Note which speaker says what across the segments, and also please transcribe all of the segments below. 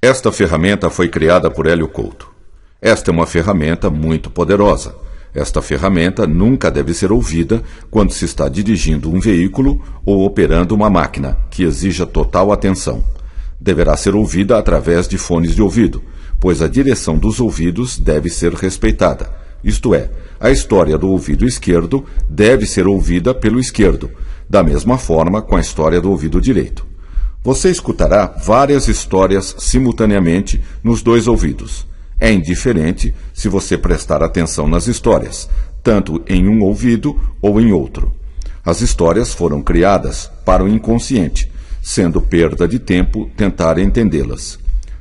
Speaker 1: Esta ferramenta foi criada por Hélio Couto. Esta é uma ferramenta muito poderosa. Esta ferramenta nunca deve ser ouvida quando se está dirigindo um veículo ou operando uma máquina que exija total atenção. Deverá ser ouvida através de fones de ouvido, pois a direção dos ouvidos deve ser respeitada. Isto é, a história do ouvido esquerdo deve ser ouvida pelo esquerdo, da mesma forma com a história do ouvido direito. Você escutará várias histórias simultaneamente nos dois ouvidos. É indiferente se você prestar atenção nas histórias, tanto em um ouvido ou em outro. As histórias foram criadas para o inconsciente, sendo perda de tempo tentar entendê-las.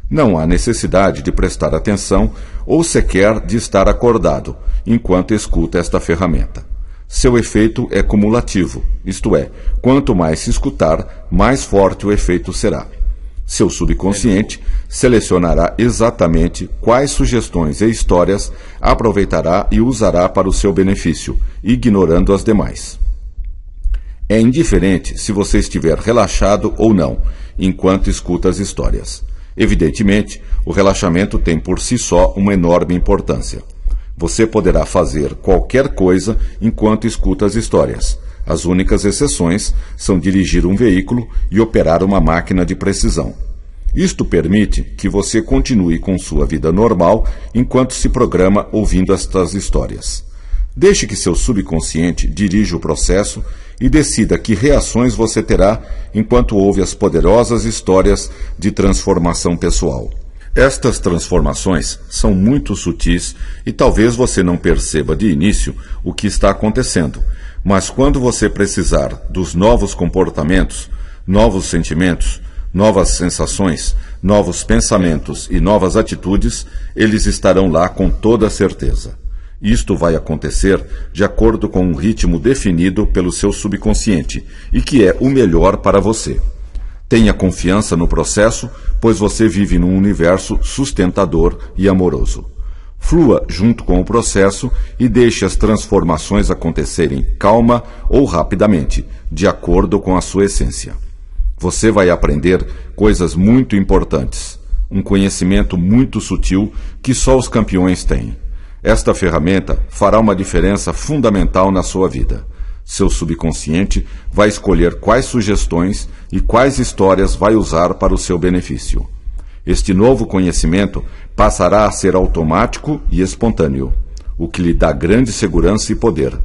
Speaker 1: Não há necessidade de prestar atenção ou sequer de estar acordado enquanto escuta esta ferramenta. Seu efeito é cumulativo, isto é, quanto mais se escutar, mais forte o efeito será. Seu subconsciente selecionará exatamente quais sugestões e histórias aproveitará e usará para o seu benefício, ignorando as demais. É indiferente se você estiver relaxado ou não enquanto escuta as histórias. Evidentemente, o relaxamento tem por si só uma enorme importância. Você poderá fazer qualquer coisa enquanto escuta as histórias. As únicas exceções são dirigir um veículo e operar uma máquina de precisão. Isto permite que você continue com sua vida normal enquanto se programa ouvindo estas histórias. Deixe que seu subconsciente dirija o processo e decida que reações você terá enquanto ouve as poderosas histórias de transformação pessoal. Estas transformações são muito sutis e talvez você não perceba de início o que está acontecendo, mas quando você precisar dos novos comportamentos, novos sentimentos, novas sensações, novos pensamentos e novas atitudes, eles estarão lá com toda certeza. Isto vai acontecer de acordo com um ritmo definido pelo seu subconsciente e que é o melhor para você. Tenha confiança no processo, pois você vive num universo sustentador e amoroso. Flua junto com o processo e deixe as transformações acontecerem calma ou rapidamente, de acordo com a sua essência. Você vai aprender coisas muito importantes, um conhecimento muito sutil que só os campeões têm. Esta ferramenta fará uma diferença fundamental na sua vida. Seu subconsciente vai escolher quais sugestões e quais histórias vai usar para o seu benefício. Este novo conhecimento passará a ser automático e espontâneo, o que lhe dá grande segurança e poder.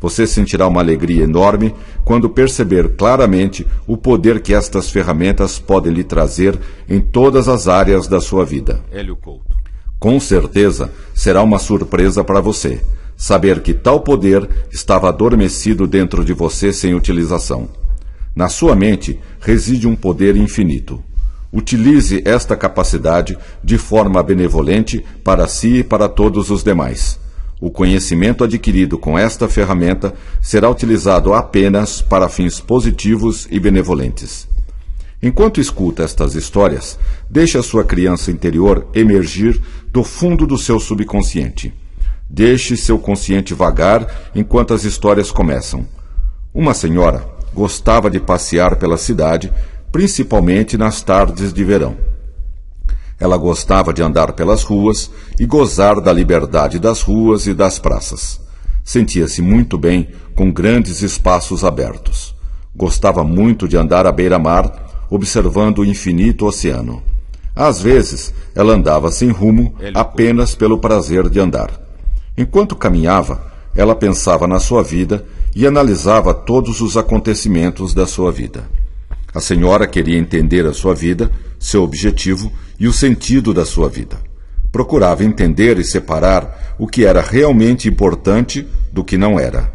Speaker 1: Você sentirá uma alegria enorme quando perceber claramente o poder que estas ferramentas podem lhe trazer em todas as áreas da sua vida.
Speaker 2: Hélio Couto.
Speaker 1: Com certeza será uma surpresa para você saber que tal poder estava adormecido dentro de você sem utilização. Na sua mente reside um poder infinito. Utilize esta capacidade de forma benevolente para si e para todos os demais. O conhecimento adquirido com esta ferramenta será utilizado apenas para fins positivos e benevolentes. Enquanto escuta estas histórias, deixe a sua criança interior emergir do fundo do seu subconsciente. Deixe seu consciente vagar enquanto as histórias começam. Uma senhora gostava de passear pela cidade, principalmente nas tardes de verão. Ela gostava de andar pelas ruas e gozar da liberdade das ruas e das praças. Sentia-se muito bem com grandes espaços abertos. Gostava muito de andar à beira-mar observando o infinito oceano. Às vezes, ela andava sem rumo, apenas pelo prazer de andar. Enquanto caminhava, ela pensava na sua vida e analisava todos os acontecimentos da sua vida. A senhora queria entender a sua vida, seu objetivo e o sentido da sua vida. Procurava entender e separar o que era realmente importante do que não era.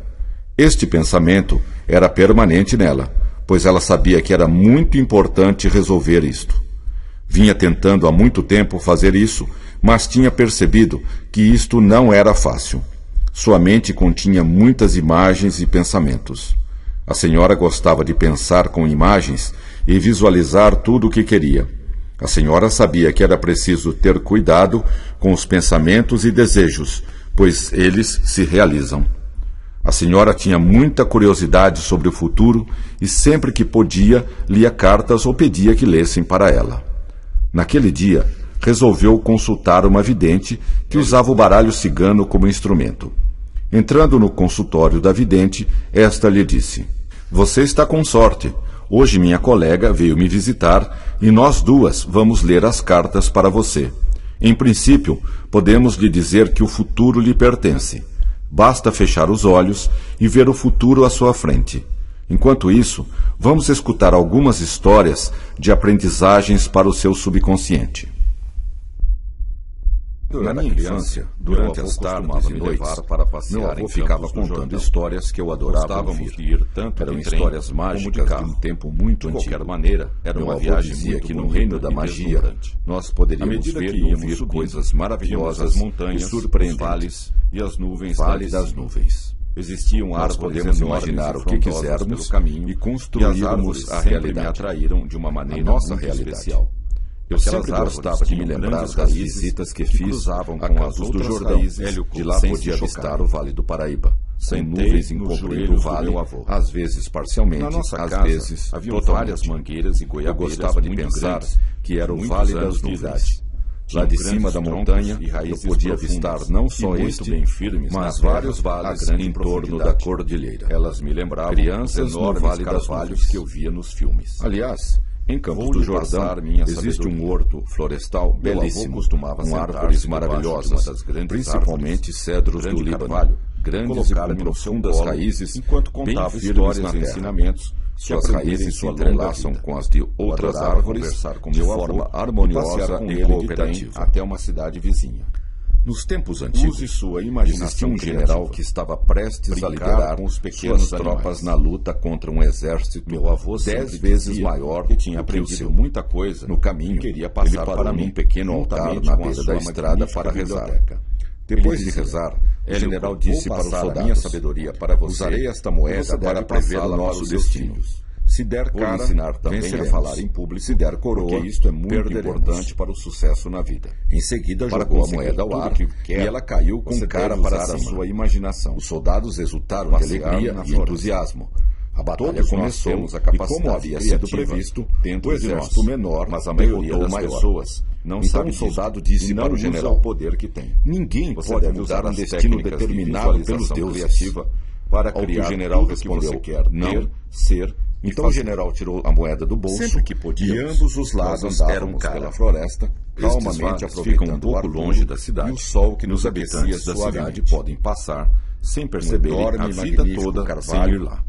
Speaker 1: Este pensamento era permanente nela pois ela sabia que era muito importante resolver isto. Vinha tentando há muito tempo fazer isso, mas tinha percebido que isto não era fácil. Sua mente continha muitas imagens e pensamentos. A senhora gostava de pensar com imagens e visualizar tudo o que queria. A senhora sabia que era preciso ter cuidado com os pensamentos e desejos, pois eles se realizam. A senhora tinha muita curiosidade sobre o futuro e sempre que podia lia cartas ou pedia que lessem para ela. Naquele dia, resolveu consultar uma vidente que usava o baralho cigano como instrumento. Entrando no consultório da vidente, esta lhe disse: Você está com sorte. Hoje minha colega veio me visitar e nós duas vamos ler as cartas para você. Em princípio, podemos lhe dizer que o futuro lhe pertence. Basta fechar os olhos e ver o futuro à sua frente. Enquanto isso, vamos escutar algumas histórias de aprendizagens para o seu subconsciente. Quando eu era criança, durante as tardes e noites, para passear meu avô ficava contando histórias que eu adorava ouvir.
Speaker 2: ir tanto
Speaker 1: Eram histórias mágicas de um tempo muito
Speaker 2: De qualquer
Speaker 1: antigo.
Speaker 2: maneira, era
Speaker 1: Meu
Speaker 2: uma
Speaker 1: avô
Speaker 2: viagem
Speaker 1: dizia
Speaker 2: muito
Speaker 1: que no
Speaker 2: bonita
Speaker 1: reino da
Speaker 2: e
Speaker 1: magia
Speaker 2: deslumbrante.
Speaker 1: nós
Speaker 2: À
Speaker 1: poderíamos
Speaker 2: medida
Speaker 1: ver
Speaker 2: que
Speaker 1: e
Speaker 2: íamos
Speaker 1: ouvir
Speaker 2: subindo,
Speaker 1: coisas
Speaker 2: vimos
Speaker 1: maravilhosas
Speaker 2: as montanhas,
Speaker 1: e
Speaker 2: os
Speaker 1: surpreendentes.
Speaker 2: vales e as nuvens
Speaker 1: Vale
Speaker 2: da
Speaker 1: das nuvens.
Speaker 2: Existiam
Speaker 1: Nós
Speaker 2: árvores
Speaker 1: podemos
Speaker 2: enormes
Speaker 1: imaginar
Speaker 2: e
Speaker 1: o que
Speaker 2: frondosas
Speaker 1: quisermos
Speaker 2: pelo caminho,
Speaker 1: e
Speaker 2: e as
Speaker 1: construirmos
Speaker 2: árvores
Speaker 1: a
Speaker 2: sempre
Speaker 1: realidade.
Speaker 2: me atraíram de uma
Speaker 1: a
Speaker 2: maneira
Speaker 1: nossa
Speaker 2: muito
Speaker 1: realidade.
Speaker 2: especial.
Speaker 1: Eu
Speaker 2: Aquelas
Speaker 1: sempre
Speaker 2: árvores
Speaker 1: gostava de me
Speaker 2: tinham
Speaker 1: lembrar
Speaker 2: grandes
Speaker 1: das
Speaker 2: raízes
Speaker 1: visitas que
Speaker 2: que
Speaker 1: fiz
Speaker 2: cruzavam
Speaker 1: à
Speaker 2: com as
Speaker 1: Campos do
Speaker 2: outras
Speaker 1: Jordão.
Speaker 2: raízes,
Speaker 1: de
Speaker 2: hélio,
Speaker 1: lá
Speaker 2: sem
Speaker 1: podia
Speaker 2: se
Speaker 1: avistar
Speaker 2: chocarem.
Speaker 1: o Vale do Paraíba. Sem
Speaker 2: Sentei
Speaker 1: nuvens
Speaker 2: nos
Speaker 1: encobrindo o
Speaker 2: joelhos do
Speaker 1: vale,
Speaker 2: meu avô.
Speaker 1: às vezes parcialmente,
Speaker 2: Na nossa
Speaker 1: às
Speaker 2: casa
Speaker 1: vezes
Speaker 2: havia
Speaker 1: totalmente.
Speaker 2: várias mangueiras e
Speaker 1: Eu
Speaker 2: goiabeiras
Speaker 1: gostava de
Speaker 2: muito
Speaker 1: pensar
Speaker 2: grandes,
Speaker 1: que era o
Speaker 2: muitos
Speaker 1: Vale
Speaker 2: anos
Speaker 1: das
Speaker 2: de
Speaker 1: Nuvens.
Speaker 2: idade.
Speaker 1: Lá
Speaker 2: Tinham
Speaker 1: de cima
Speaker 2: grandes
Speaker 1: da
Speaker 2: troncos
Speaker 1: montanha,
Speaker 2: e
Speaker 1: eu
Speaker 2: raízes
Speaker 1: podia
Speaker 2: profundas
Speaker 1: avistar não
Speaker 2: e
Speaker 1: só
Speaker 2: muito
Speaker 1: este,
Speaker 2: bem firmes
Speaker 1: mas
Speaker 2: na terra,
Speaker 1: vários vales
Speaker 2: a grande
Speaker 1: em torno da
Speaker 2: profundidade.
Speaker 1: cordilheira.
Speaker 2: Elas me lembravam
Speaker 1: Crianças
Speaker 2: dos
Speaker 1: no
Speaker 2: enormes
Speaker 1: Vale das
Speaker 2: carvalhos
Speaker 1: Nuvens.
Speaker 2: que eu via nos filmes.
Speaker 1: Aliás, em Campos
Speaker 2: Vou
Speaker 1: do
Speaker 2: lhe
Speaker 1: Jordão
Speaker 2: passar minha
Speaker 1: existe
Speaker 2: sabedoria.
Speaker 1: um horto florestal
Speaker 2: Meu avô
Speaker 1: belíssimo,
Speaker 2: costumava
Speaker 1: com
Speaker 2: sentar-se
Speaker 1: árvores
Speaker 2: debaixo de uma
Speaker 1: maravilhosas,
Speaker 2: das grandes
Speaker 1: principalmente
Speaker 2: árvores,
Speaker 1: cedros
Speaker 2: grande
Speaker 1: do Líbano,
Speaker 2: carvalho,
Speaker 1: grandes e
Speaker 2: colocar-me
Speaker 1: com
Speaker 2: no seu
Speaker 1: profundas
Speaker 2: colo,
Speaker 1: raízes,
Speaker 2: enquanto
Speaker 1: bem
Speaker 2: contava
Speaker 1: firmes
Speaker 2: histórias
Speaker 1: na
Speaker 2: e
Speaker 1: terra.
Speaker 2: ensinamentos que
Speaker 1: Suas
Speaker 2: aprendi
Speaker 1: raízes
Speaker 2: em
Speaker 1: se
Speaker 2: sua longa
Speaker 1: entrelaçam
Speaker 2: vida.
Speaker 1: com as de
Speaker 2: Eu
Speaker 1: outras
Speaker 2: adorava
Speaker 1: árvores
Speaker 2: conversar com
Speaker 1: de
Speaker 2: meu
Speaker 1: forma
Speaker 2: avô e
Speaker 1: harmoniosa
Speaker 2: passear com
Speaker 1: e
Speaker 2: ele de trem
Speaker 1: cooperativa.
Speaker 2: até uma cidade vizinha.
Speaker 1: Nos tempos
Speaker 2: Use
Speaker 1: antigos,
Speaker 2: sua
Speaker 1: existia
Speaker 2: imaginação
Speaker 1: um general
Speaker 2: criativa.
Speaker 1: que estava prestes a
Speaker 2: Brincar
Speaker 1: liderar
Speaker 2: com os pequenos
Speaker 1: suas tropas
Speaker 2: animais.
Speaker 1: na luta contra um exército
Speaker 2: Meu avô sempre
Speaker 1: dez vezes
Speaker 2: dizia
Speaker 1: maior
Speaker 2: que tinha
Speaker 1: do que o seu.
Speaker 2: aprendido muita coisa
Speaker 1: No caminho,
Speaker 2: e queria passar
Speaker 1: ele parou
Speaker 2: para mim
Speaker 1: num pequeno altar
Speaker 2: juntamente
Speaker 1: na
Speaker 2: com a
Speaker 1: beira
Speaker 2: sua
Speaker 1: da estrada
Speaker 2: magnífica
Speaker 1: para rezar.
Speaker 2: biblioteca.
Speaker 1: Depois
Speaker 2: Ele
Speaker 1: de
Speaker 2: dizia,
Speaker 1: rezar, o
Speaker 2: "Hélio,
Speaker 1: general
Speaker 2: vou
Speaker 1: disse para os
Speaker 2: passar a
Speaker 1: soldados:
Speaker 2: minha sabedoria para você.
Speaker 1: Usarei esta
Speaker 2: Você
Speaker 1: moeda
Speaker 2: deve
Speaker 1: para prever
Speaker 2: passá-la
Speaker 1: o
Speaker 2: para
Speaker 1: nosso
Speaker 2: os seus
Speaker 1: destino.
Speaker 2: filhos.
Speaker 1: Se der
Speaker 2: Vou
Speaker 1: cara,
Speaker 2: ensinar também a
Speaker 1: venceremos.
Speaker 2: falar em público,
Speaker 1: Se der coroa,
Speaker 2: porque isto é muito
Speaker 1: perderemos.
Speaker 2: importante para o sucesso na vida.
Speaker 1: Em seguida,
Speaker 2: Para
Speaker 1: jogou a
Speaker 2: conseguir
Speaker 1: moeda ao
Speaker 2: tudo
Speaker 1: ar
Speaker 2: que
Speaker 1: e
Speaker 2: quer,
Speaker 1: ela caiu com
Speaker 2: você
Speaker 1: cara
Speaker 2: deve
Speaker 1: para
Speaker 2: usar a
Speaker 1: cima.
Speaker 2: sua imaginação.
Speaker 1: Os soldados exultaram de
Speaker 2: Passear
Speaker 1: alegria
Speaker 2: na
Speaker 1: e
Speaker 2: floresta.
Speaker 1: entusiasmo. A batalha
Speaker 2: Todos nós
Speaker 1: começou
Speaker 2: temos a
Speaker 1: e, como
Speaker 2: capacidade
Speaker 1: havia sido
Speaker 2: criativa
Speaker 1: previsto,
Speaker 2: dentro
Speaker 1: o
Speaker 2: de
Speaker 1: exército
Speaker 2: nós,
Speaker 1: menor
Speaker 2: mas a
Speaker 1: derrotou
Speaker 2: maioria das
Speaker 1: o maior.
Speaker 2: pessoas não
Speaker 1: então
Speaker 2: sabe
Speaker 1: o
Speaker 2: disso
Speaker 1: soldado
Speaker 2: e
Speaker 1: disse
Speaker 2: não
Speaker 1: para o
Speaker 2: usa
Speaker 1: general:
Speaker 2: o poder que tem.
Speaker 1: Ninguém
Speaker 2: Você
Speaker 1: pode
Speaker 2: deve
Speaker 1: mudar
Speaker 2: usar
Speaker 1: um
Speaker 2: as
Speaker 1: destino
Speaker 2: técnicas de
Speaker 1: determinado pelos
Speaker 2: visualização
Speaker 1: deuses.
Speaker 2: criativa para
Speaker 1: Ao que
Speaker 2: criar
Speaker 1: o general
Speaker 2: tudo o que
Speaker 1: respondeu:
Speaker 2: você quer
Speaker 1: não.
Speaker 2: ter, ser e
Speaker 1: Então o
Speaker 2: fazer.
Speaker 1: general tirou a moeda do bolso
Speaker 2: Sempre que podíamos,
Speaker 1: e ambos os
Speaker 2: nós um
Speaker 1: lados
Speaker 2: andávamos
Speaker 1: eram cara.
Speaker 2: pela
Speaker 1: floresta, calmamente
Speaker 2: vales
Speaker 1: aproveitando
Speaker 2: ficam um
Speaker 1: o
Speaker 2: pouco
Speaker 1: ar puro
Speaker 2: longe da cidade,
Speaker 1: e o sol que
Speaker 2: e
Speaker 1: nos
Speaker 2: os
Speaker 1: abecia
Speaker 2: habitantes da
Speaker 1: suavemente.
Speaker 2: cidade podem passar sem perceberem
Speaker 1: enorme
Speaker 2: a
Speaker 1: e
Speaker 2: vida
Speaker 1: magnífico
Speaker 2: toda
Speaker 1: carvalho.
Speaker 2: sem ir lá.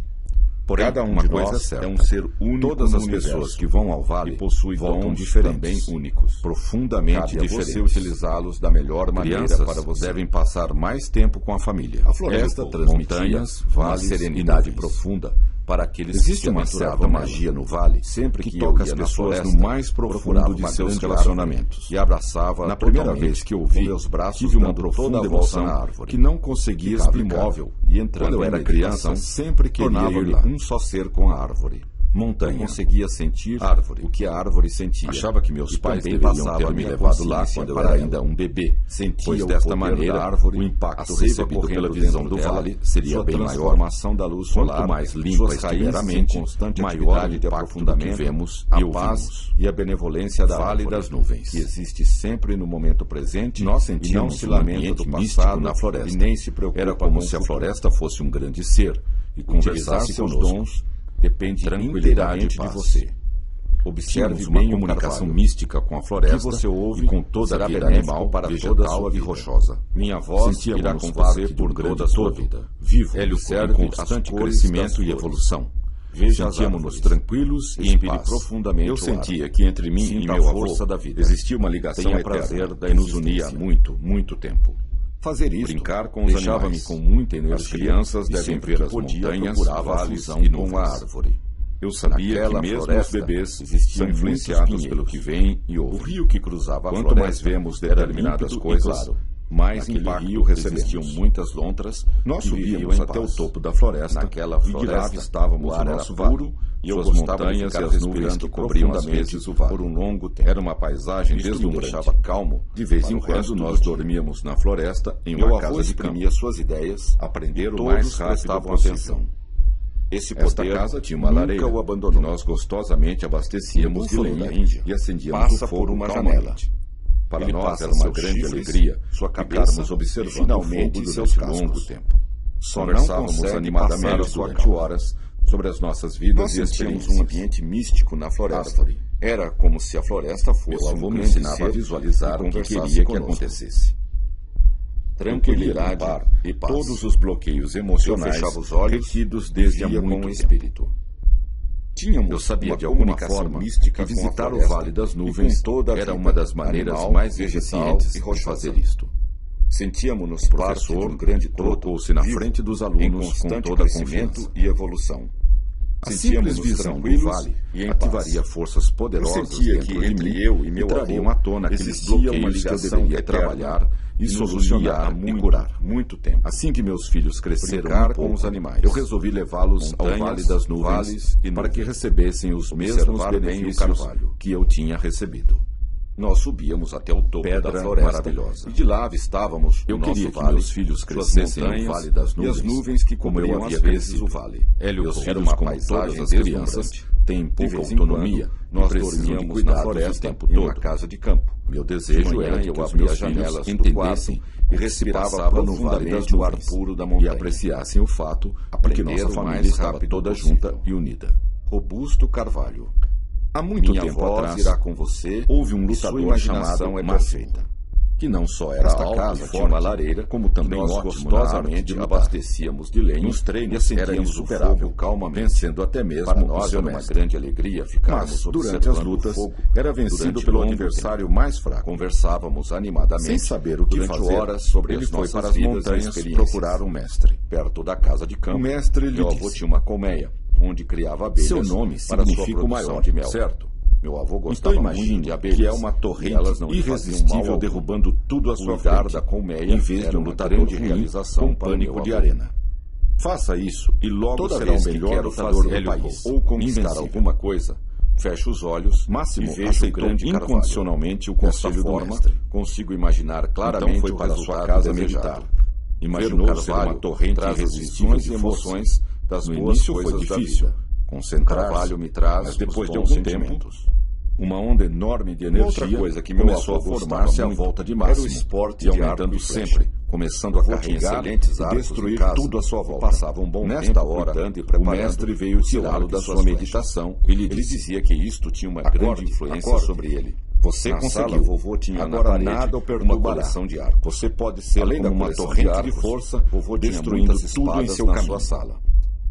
Speaker 2: Porém,
Speaker 1: Cada um
Speaker 2: uma
Speaker 1: de
Speaker 2: coisa
Speaker 1: nós
Speaker 2: é certa.
Speaker 1: é um ser único
Speaker 2: Todas
Speaker 1: no
Speaker 2: as pessoas
Speaker 1: universo
Speaker 2: que vão ao vale
Speaker 1: e possuem
Speaker 2: voltam
Speaker 1: dons
Speaker 2: diferentes,
Speaker 1: também
Speaker 2: únicos,
Speaker 1: profundamente
Speaker 2: profundamente
Speaker 1: diferentes.
Speaker 2: diferentes. utilizá-los da melhor maneira
Speaker 1: Crianças
Speaker 2: para você.
Speaker 1: devem
Speaker 2: passar mais tempo com a família. A floresta
Speaker 1: Esta transmitia
Speaker 2: montanhas,
Speaker 1: uma
Speaker 2: vales,
Speaker 1: serenidade
Speaker 2: serenidade
Speaker 1: profunda
Speaker 2: profunda para aqueles
Speaker 1: Existe
Speaker 2: que
Speaker 1: uma certa magia no vale
Speaker 2: sempre
Speaker 1: que
Speaker 2: que,
Speaker 1: toca
Speaker 2: eu ia
Speaker 1: as
Speaker 2: na
Speaker 1: pessoas
Speaker 2: floresta,
Speaker 1: no mais profundo
Speaker 2: procurava
Speaker 1: de
Speaker 2: uma
Speaker 1: seus
Speaker 2: grande
Speaker 1: relacionamentos.
Speaker 2: árvore E abraçava
Speaker 1: Na primeira
Speaker 2: totalmente
Speaker 1: vez que eu vi,
Speaker 2: com meus braços
Speaker 1: tive uma
Speaker 2: dando
Speaker 1: profunda
Speaker 2: toda a volta
Speaker 1: emoção
Speaker 2: na árvore.
Speaker 1: que não conseguia
Speaker 2: Ficava em
Speaker 1: explicar.
Speaker 2: casa. E entrando
Speaker 1: Quando eu
Speaker 2: em
Speaker 1: era
Speaker 2: meditação,
Speaker 1: criança, sempre queria ir
Speaker 2: tornava-me
Speaker 1: lá.
Speaker 2: um só ser com a árvore.
Speaker 1: Montanha.
Speaker 2: Eu conseguia sentir
Speaker 1: Árvore.
Speaker 2: o que a árvore sentia.
Speaker 1: Achava que meus
Speaker 2: E
Speaker 1: pais
Speaker 2: também
Speaker 1: deveriam
Speaker 2: passava
Speaker 1: ter
Speaker 2: a
Speaker 1: me
Speaker 2: minha
Speaker 1: levado lá
Speaker 2: consciência
Speaker 1: quando eu
Speaker 2: para
Speaker 1: era
Speaker 2: ela.
Speaker 1: ainda um bebê,
Speaker 2: Sentia
Speaker 1: pois
Speaker 2: o
Speaker 1: desta
Speaker 2: poder
Speaker 1: maneira
Speaker 2: da árvore,
Speaker 1: o
Speaker 2: a
Speaker 1: impacto
Speaker 2: seiva
Speaker 1: recebido
Speaker 2: correndo
Speaker 1: pela visão
Speaker 2: dentro
Speaker 1: do
Speaker 2: dela,
Speaker 1: vale seria
Speaker 2: sua
Speaker 1: bem maior.
Speaker 2: transformação da luz solar,
Speaker 1: Quanto mais limpa
Speaker 2: suas
Speaker 1: estiver a
Speaker 2: raízes em
Speaker 1: mente,
Speaker 2: constante
Speaker 1: maior o
Speaker 2: atividade de
Speaker 1: impacto do que
Speaker 2: aprofundamento,
Speaker 1: vemos
Speaker 2: a
Speaker 1: e
Speaker 2: paz
Speaker 1: ouvimos.
Speaker 2: e a benevolência da
Speaker 1: Vale
Speaker 2: árvore,
Speaker 1: das nuvens.
Speaker 2: que existe sempre no momento presente
Speaker 1: Nós
Speaker 2: e não
Speaker 1: sentíamos
Speaker 2: se
Speaker 1: um
Speaker 2: lamenta
Speaker 1: ambiente
Speaker 2: do
Speaker 1: místico
Speaker 2: passado
Speaker 1: na floresta.
Speaker 2: e nem se preocupa
Speaker 1: Era como
Speaker 2: com o
Speaker 1: se a
Speaker 2: futuro.
Speaker 1: floresta fosse um grande ser e
Speaker 2: Utilizar
Speaker 1: conversasse
Speaker 2: seus
Speaker 1: conosco.
Speaker 2: dons depende
Speaker 1: Tranquilidade e
Speaker 2: inteiramente de
Speaker 1: paz.
Speaker 2: você.
Speaker 1: Tínhamos
Speaker 2: Observe
Speaker 1: uma
Speaker 2: bem o
Speaker 1: comunicação
Speaker 2: carvalho.
Speaker 1: mística com a floresta
Speaker 2: que você ouve
Speaker 1: e com toda
Speaker 2: será
Speaker 1: a vida
Speaker 2: benéfico
Speaker 1: animal,
Speaker 2: para toda a
Speaker 1: vegetal
Speaker 2: sua
Speaker 1: e
Speaker 2: vida.
Speaker 1: rochosa.
Speaker 2: Minha voz
Speaker 1: Sentia
Speaker 2: irá
Speaker 1: nos
Speaker 2: com
Speaker 1: fazer
Speaker 2: você
Speaker 1: por
Speaker 2: por
Speaker 1: um grande
Speaker 2: toda a sua
Speaker 1: todo.
Speaker 2: vida. Vivo,
Speaker 1: Hélio
Speaker 2: observe
Speaker 1: serve
Speaker 2: com
Speaker 1: constante
Speaker 2: constante
Speaker 1: crescimento e
Speaker 2: evolução.
Speaker 1: evolução.
Speaker 2: Veja as
Speaker 1: Sentíamos-nos
Speaker 2: árvores.
Speaker 1: tranquilos e em
Speaker 2: Respire
Speaker 1: paz.
Speaker 2: profundamente
Speaker 1: Eu
Speaker 2: o
Speaker 1: sentia
Speaker 2: ar.
Speaker 1: que entre mim e
Speaker 2: Sinta a
Speaker 1: meu
Speaker 2: força
Speaker 1: avô
Speaker 2: da vida.
Speaker 1: existia uma ligação
Speaker 2: Tenha
Speaker 1: eterna
Speaker 2: prazer da
Speaker 1: que nos unia há
Speaker 2: existência.
Speaker 1: muito, muito tempo.
Speaker 2: Fazer isso
Speaker 1: Brincar com os
Speaker 2: deixava-me
Speaker 1: animais.
Speaker 2: com muita energia.
Speaker 1: As crianças
Speaker 2: e
Speaker 1: devem
Speaker 2: sempre
Speaker 1: ver
Speaker 2: que
Speaker 1: as
Speaker 2: podia,
Speaker 1: montanhas,
Speaker 2: procurava a
Speaker 1: vales
Speaker 2: fusão
Speaker 1: e
Speaker 2: com a
Speaker 1: nuvens.
Speaker 2: árvore.
Speaker 1: Eu sabia que
Speaker 2: Naquela
Speaker 1: mesmo os
Speaker 2: floresta
Speaker 1: bebês
Speaker 2: existiam
Speaker 1: são
Speaker 2: muitos
Speaker 1: influenciados
Speaker 2: pinheiros.
Speaker 1: pelo que vem e
Speaker 2: O
Speaker 1: ouvem.
Speaker 2: rio que cruzava a
Speaker 1: Quanto
Speaker 2: floresta
Speaker 1: mais vemos
Speaker 2: era
Speaker 1: determinadas
Speaker 2: límpido e
Speaker 1: coisas,
Speaker 2: claro.
Speaker 1: mais
Speaker 2: Naquele
Speaker 1: impacto
Speaker 2: rio Existiam
Speaker 1: recebemos.
Speaker 2: muitas lontras.
Speaker 1: Nós
Speaker 2: que viviam
Speaker 1: subíamos
Speaker 2: em
Speaker 1: até
Speaker 2: paz.
Speaker 1: o topo da floresta
Speaker 2: Naquela
Speaker 1: e de lá
Speaker 2: floresta
Speaker 1: avistávamos
Speaker 2: o ar
Speaker 1: o
Speaker 2: era
Speaker 1: nosso
Speaker 2: puro
Speaker 1: vale,
Speaker 2: e eu
Speaker 1: suas
Speaker 2: gostava de
Speaker 1: montanhas e
Speaker 2: ficar
Speaker 1: as nuvens
Speaker 2: respirando
Speaker 1: que cobriam às
Speaker 2: profundamente
Speaker 1: vezes o vale.
Speaker 2: por um longo tempo.
Speaker 1: Era uma paisagem
Speaker 2: Isto me
Speaker 1: deslumbrante.
Speaker 2: deixava calmo.
Speaker 1: De vez
Speaker 2: Para
Speaker 1: em
Speaker 2: o
Speaker 1: quando
Speaker 2: resto
Speaker 1: nós
Speaker 2: do dia.
Speaker 1: dormíamos na floresta em
Speaker 2: Meu
Speaker 1: uma
Speaker 2: avô
Speaker 1: casa de campo.
Speaker 2: exprimia suas ideias,
Speaker 1: Aprender o
Speaker 2: todos
Speaker 1: mais rápido
Speaker 2: prestavam
Speaker 1: possível.
Speaker 2: atenção. Esse
Speaker 1: Esta
Speaker 2: poder
Speaker 1: casa tinha uma
Speaker 2: nunca
Speaker 1: lareira
Speaker 2: o abandonou.
Speaker 1: que nós gostosamente abastecíamos de
Speaker 2: O búfalo
Speaker 1: lenha
Speaker 2: da Índia
Speaker 1: e acendíamos
Speaker 2: passa
Speaker 1: o fogo
Speaker 2: por uma
Speaker 1: calmamente.
Speaker 2: janela.
Speaker 1: Para
Speaker 2: Ele
Speaker 1: nós
Speaker 2: passa
Speaker 1: era uma
Speaker 2: seus
Speaker 1: grande
Speaker 2: chifres,
Speaker 1: alegria
Speaker 2: sua cabeça
Speaker 1: ficarmos
Speaker 2: e
Speaker 1: observando
Speaker 2: finalmente
Speaker 1: o fogo
Speaker 2: seus
Speaker 1: durante
Speaker 2: cascos.
Speaker 1: longo tempo.
Speaker 2: Só não
Speaker 1: Conversávamos
Speaker 2: consegue passar a
Speaker 1: animadamente
Speaker 2: sua
Speaker 1: durante
Speaker 2: calma.
Speaker 1: horas sobre as nossas vidas
Speaker 2: Nós
Speaker 1: e
Speaker 2: sentíamos
Speaker 1: experiências.
Speaker 2: um ambiente místico na floresta.
Speaker 1: Árvore. Era como se a floresta
Speaker 2: Meu
Speaker 1: fosse
Speaker 2: avô
Speaker 1: um
Speaker 2: me
Speaker 1: grande
Speaker 2: ensinava a
Speaker 1: ser
Speaker 2: visualizar
Speaker 1: e
Speaker 2: o que
Speaker 1: conversasse
Speaker 2: queria que
Speaker 1: conosco.
Speaker 2: acontecesse.
Speaker 1: Tranquilidade
Speaker 2: Par
Speaker 1: e
Speaker 2: e
Speaker 1: paz.
Speaker 2: paz.
Speaker 1: Todos os bloqueios emocionais
Speaker 2: fechava os olhos,
Speaker 1: retidos desde há
Speaker 2: via
Speaker 1: muito
Speaker 2: com o
Speaker 1: tempo.
Speaker 2: espírito. Tínhamos
Speaker 1: Eu sabia
Speaker 2: uma
Speaker 1: de alguma
Speaker 2: comunicação
Speaker 1: forma
Speaker 2: mística
Speaker 1: que
Speaker 2: com a
Speaker 1: visitar o
Speaker 2: floresta
Speaker 1: Vale das
Speaker 2: e com
Speaker 1: Nuvens
Speaker 2: toda a
Speaker 1: era
Speaker 2: vida,
Speaker 1: uma das maneiras
Speaker 2: animal,
Speaker 1: mais
Speaker 2: vegetal
Speaker 1: eficientes
Speaker 2: e
Speaker 1: de
Speaker 2: rochosa.
Speaker 1: fazer isto.
Speaker 2: Sentíamos-nos
Speaker 1: O
Speaker 2: parte de
Speaker 1: professor
Speaker 2: um grande todo
Speaker 1: colocou-se na
Speaker 2: vivo,
Speaker 1: frente dos
Speaker 2: em
Speaker 1: alunos com
Speaker 2: constante
Speaker 1: toda a
Speaker 2: crescimento
Speaker 1: confiança.
Speaker 2: e evolução.
Speaker 1: A simples
Speaker 2: Sentíamos-nos
Speaker 1: visão do
Speaker 2: tranquilos
Speaker 1: vale
Speaker 2: e em
Speaker 1: ativaria
Speaker 2: paz.
Speaker 1: forças poderosas
Speaker 2: Eu sentia
Speaker 1: dentro
Speaker 2: que
Speaker 1: de
Speaker 2: entre
Speaker 1: mim
Speaker 2: eu e meu
Speaker 1: trariam
Speaker 2: avô
Speaker 1: à tona aqueles
Speaker 2: existia uma
Speaker 1: bloqueios que eu
Speaker 2: ligação
Speaker 1: deveria
Speaker 2: eterna
Speaker 1: trabalhar e
Speaker 2: que nos unia há
Speaker 1: solucionar e
Speaker 2: muito,
Speaker 1: curar.
Speaker 2: muito tempo.
Speaker 1: Assim que meus filhos cresceram
Speaker 2: Brincar
Speaker 1: um pouco,
Speaker 2: com os animais.
Speaker 1: eu resolvi levá-los ao
Speaker 2: Montanhas,
Speaker 1: Vale das Nuvens
Speaker 2: vales
Speaker 1: para
Speaker 2: e nuvens.
Speaker 1: que recebessem os mesmos
Speaker 2: Observar bem o
Speaker 1: benefícios
Speaker 2: carvalho.
Speaker 1: que eu tinha recebido.
Speaker 2: Nós subíamos até o topo
Speaker 1: Pedra
Speaker 2: da floresta
Speaker 1: maravilhosa.
Speaker 2: e de lá avistávamos
Speaker 1: Eu
Speaker 2: o nosso
Speaker 1: queria que
Speaker 2: vale,
Speaker 1: meus filhos
Speaker 2: suas
Speaker 1: crescessem no
Speaker 2: montanhas
Speaker 1: Vale das Nuvens,
Speaker 2: e as nuvens que
Speaker 1: como eu
Speaker 2: cobriam
Speaker 1: havia
Speaker 2: às vezes
Speaker 1: crescido.
Speaker 2: o vale.
Speaker 1: Hélio
Speaker 2: Meus
Speaker 1: Couto,
Speaker 2: filhos,
Speaker 1: como
Speaker 2: como
Speaker 1: todas
Speaker 2: todas
Speaker 1: as crianças,
Speaker 2: tem
Speaker 1: têm pouca
Speaker 2: pouca
Speaker 1: autonomia
Speaker 2: autonomia.
Speaker 1: e
Speaker 2: Nós
Speaker 1: precisam de
Speaker 2: dormíamos
Speaker 1: cuidados
Speaker 2: na
Speaker 1: o
Speaker 2: floresta
Speaker 1: tempo
Speaker 2: em uma
Speaker 1: todo.
Speaker 2: casa de campo.
Speaker 1: Meu desejo
Speaker 2: De manhã,
Speaker 1: era que
Speaker 2: eu
Speaker 1: os
Speaker 2: abria
Speaker 1: meus
Speaker 2: as janelas
Speaker 1: filhos
Speaker 2: do
Speaker 1: entendessem
Speaker 2: quarto
Speaker 1: e respirava
Speaker 2: passava no
Speaker 1: profundamente
Speaker 2: Vale das
Speaker 1: o ar
Speaker 2: Nuvens
Speaker 1: puro da
Speaker 2: e
Speaker 1: montanha.
Speaker 2: apreciassem
Speaker 1: o fato de que nossa
Speaker 2: aprenderam o
Speaker 1: família
Speaker 2: mais
Speaker 1: estava
Speaker 2: rápido
Speaker 1: toda
Speaker 2: possível.
Speaker 1: junta e unida.
Speaker 2: Robusto Carvalho.
Speaker 1: Há muito
Speaker 2: Minha
Speaker 1: tempo
Speaker 2: voz
Speaker 1: atrás,
Speaker 2: irá com você.
Speaker 1: houve um
Speaker 2: e sua
Speaker 1: lutador
Speaker 2: imaginação
Speaker 1: chamado
Speaker 2: é
Speaker 1: Márcio,
Speaker 2: perfeita.
Speaker 1: que não só era
Speaker 2: Esta
Speaker 1: alto
Speaker 2: casa
Speaker 1: e
Speaker 2: tinha
Speaker 1: forte,
Speaker 2: uma lareira,
Speaker 1: como também
Speaker 2: nós
Speaker 1: ótimo na arte
Speaker 2: gostosamente
Speaker 1: de lutar.
Speaker 2: abastecíamos de lenha
Speaker 1: Nos treinos
Speaker 2: e
Speaker 1: era
Speaker 2: acendíamos o
Speaker 1: insuperável,
Speaker 2: fogo calmamente.
Speaker 1: vencendo até mesmo
Speaker 2: Para
Speaker 1: o
Speaker 2: nós
Speaker 1: seu
Speaker 2: era uma
Speaker 1: mestre.
Speaker 2: grande alegria
Speaker 1: Mas,
Speaker 2: ficarmos
Speaker 1: durante as
Speaker 2: observando o
Speaker 1: lutas,
Speaker 2: fogo
Speaker 1: era vencido
Speaker 2: durante
Speaker 1: pelo
Speaker 2: longo
Speaker 1: adversário mais
Speaker 2: tempo.
Speaker 1: fraco.
Speaker 2: Conversávamos animadamente
Speaker 1: Sem saber o que
Speaker 2: durante
Speaker 1: fazer,
Speaker 2: horas sobre
Speaker 1: ele
Speaker 2: as
Speaker 1: foi
Speaker 2: nossas
Speaker 1: para as
Speaker 2: vidas e
Speaker 1: montanhas
Speaker 2: experiências.
Speaker 1: procurar um mestre.
Speaker 2: perto da casa de campo.
Speaker 1: O mestre lhe
Speaker 2: Meu avô
Speaker 1: disse.
Speaker 2: tinha uma colmeia, onde criava abelhas
Speaker 1: Seu nome
Speaker 2: para sua
Speaker 1: significa o
Speaker 2: produção
Speaker 1: maior,
Speaker 2: de mel.
Speaker 1: certo?
Speaker 2: Meu avô
Speaker 1: Então
Speaker 2: gostava
Speaker 1: imagine
Speaker 2: muito de abelhas.
Speaker 1: que é uma
Speaker 2: e
Speaker 1: torrente
Speaker 2: elas não lhe faziam mal
Speaker 1: irresistível
Speaker 2: algum.
Speaker 1: derrubando tudo à sua
Speaker 2: Cuidar
Speaker 1: frente,
Speaker 2: da colmeia
Speaker 1: em vez de
Speaker 2: era
Speaker 1: um
Speaker 2: uma
Speaker 1: lutador
Speaker 2: grande
Speaker 1: de realização
Speaker 2: realização
Speaker 1: com
Speaker 2: para
Speaker 1: pânico
Speaker 2: meu
Speaker 1: de
Speaker 2: avô.
Speaker 1: arena. Faça isso e logo
Speaker 2: Toda
Speaker 1: será o
Speaker 2: vez que
Speaker 1: melhor
Speaker 2: quero
Speaker 1: lutador
Speaker 2: fazer
Speaker 1: do
Speaker 2: algo
Speaker 1: país.
Speaker 2: ou conquistar
Speaker 1: Invencível.
Speaker 2: alguma coisa, fecho os olhos
Speaker 1: Máximo
Speaker 2: e vejo o
Speaker 1: aceitou
Speaker 2: grande Carvalho.
Speaker 1: incondicionalmente o
Speaker 2: Dessa
Speaker 1: conselho do
Speaker 2: forma,
Speaker 1: mestre.
Speaker 2: consigo imaginar claramente
Speaker 1: Então foi
Speaker 2: o
Speaker 1: para sua
Speaker 2: resultado
Speaker 1: casa
Speaker 2: desejado.
Speaker 1: meditar.
Speaker 2: Imaginou
Speaker 1: Imaginou ser
Speaker 2: Carvalho
Speaker 1: uma torrente
Speaker 2: traz as
Speaker 1: irresistível
Speaker 2: lições
Speaker 1: de
Speaker 2: e
Speaker 1: emoções.
Speaker 2: emoções das
Speaker 1: No
Speaker 2: boas
Speaker 1: início foi
Speaker 2: coisas da
Speaker 1: difícil
Speaker 2: vida.
Speaker 1: concentrar
Speaker 2: Carvalho me traz
Speaker 1: mas depois
Speaker 2: os
Speaker 1: de
Speaker 2: bons
Speaker 1: algum tempo,
Speaker 2: sentimentos.
Speaker 1: uma onda enorme de energia
Speaker 2: Outra coisa que meu
Speaker 1: começou a
Speaker 2: avô gostava
Speaker 1: formar-se à
Speaker 2: muito
Speaker 1: volta de
Speaker 2: era o
Speaker 1: Máximo,
Speaker 2: esporte
Speaker 1: e
Speaker 2: de
Speaker 1: aumentando
Speaker 2: arco e flecha.
Speaker 1: sempre, começando a
Speaker 2: Avô tinha
Speaker 1: carregar e
Speaker 2: excelentes arcos em
Speaker 1: destruir
Speaker 2: casa.
Speaker 1: tudo à sua volta.
Speaker 2: Passava um bom
Speaker 1: Nesta
Speaker 2: tempo
Speaker 1: hora,
Speaker 2: cuidando e
Speaker 1: o
Speaker 2: preparando
Speaker 1: mestre veio
Speaker 2: os
Speaker 1: tirá-lo
Speaker 2: arcos
Speaker 1: da
Speaker 2: e
Speaker 1: sua
Speaker 2: suas
Speaker 1: meditação e lhe
Speaker 2: Ele
Speaker 1: disse,
Speaker 2: dizia que isto tinha uma grande
Speaker 1: Acorde,
Speaker 2: influência
Speaker 1: acorde.
Speaker 2: sobre ele.
Speaker 1: Você
Speaker 2: Na
Speaker 1: conseguiu.
Speaker 2: sala, o vovô tinha
Speaker 1: Agora
Speaker 2: na parede
Speaker 1: nada o
Speaker 2: uma
Speaker 1: perturbará.
Speaker 2: coleção de arcos.
Speaker 1: Você pode ser
Speaker 2: Além da
Speaker 1: como uma
Speaker 2: coleção
Speaker 1: torrente
Speaker 2: de
Speaker 1: de,
Speaker 2: arcos,
Speaker 1: força,
Speaker 2: vovô tinha
Speaker 1: destruindo
Speaker 2: muitas
Speaker 1: tudo em
Speaker 2: espadas
Speaker 1: seu
Speaker 2: na
Speaker 1: caminho.
Speaker 2: sua sala.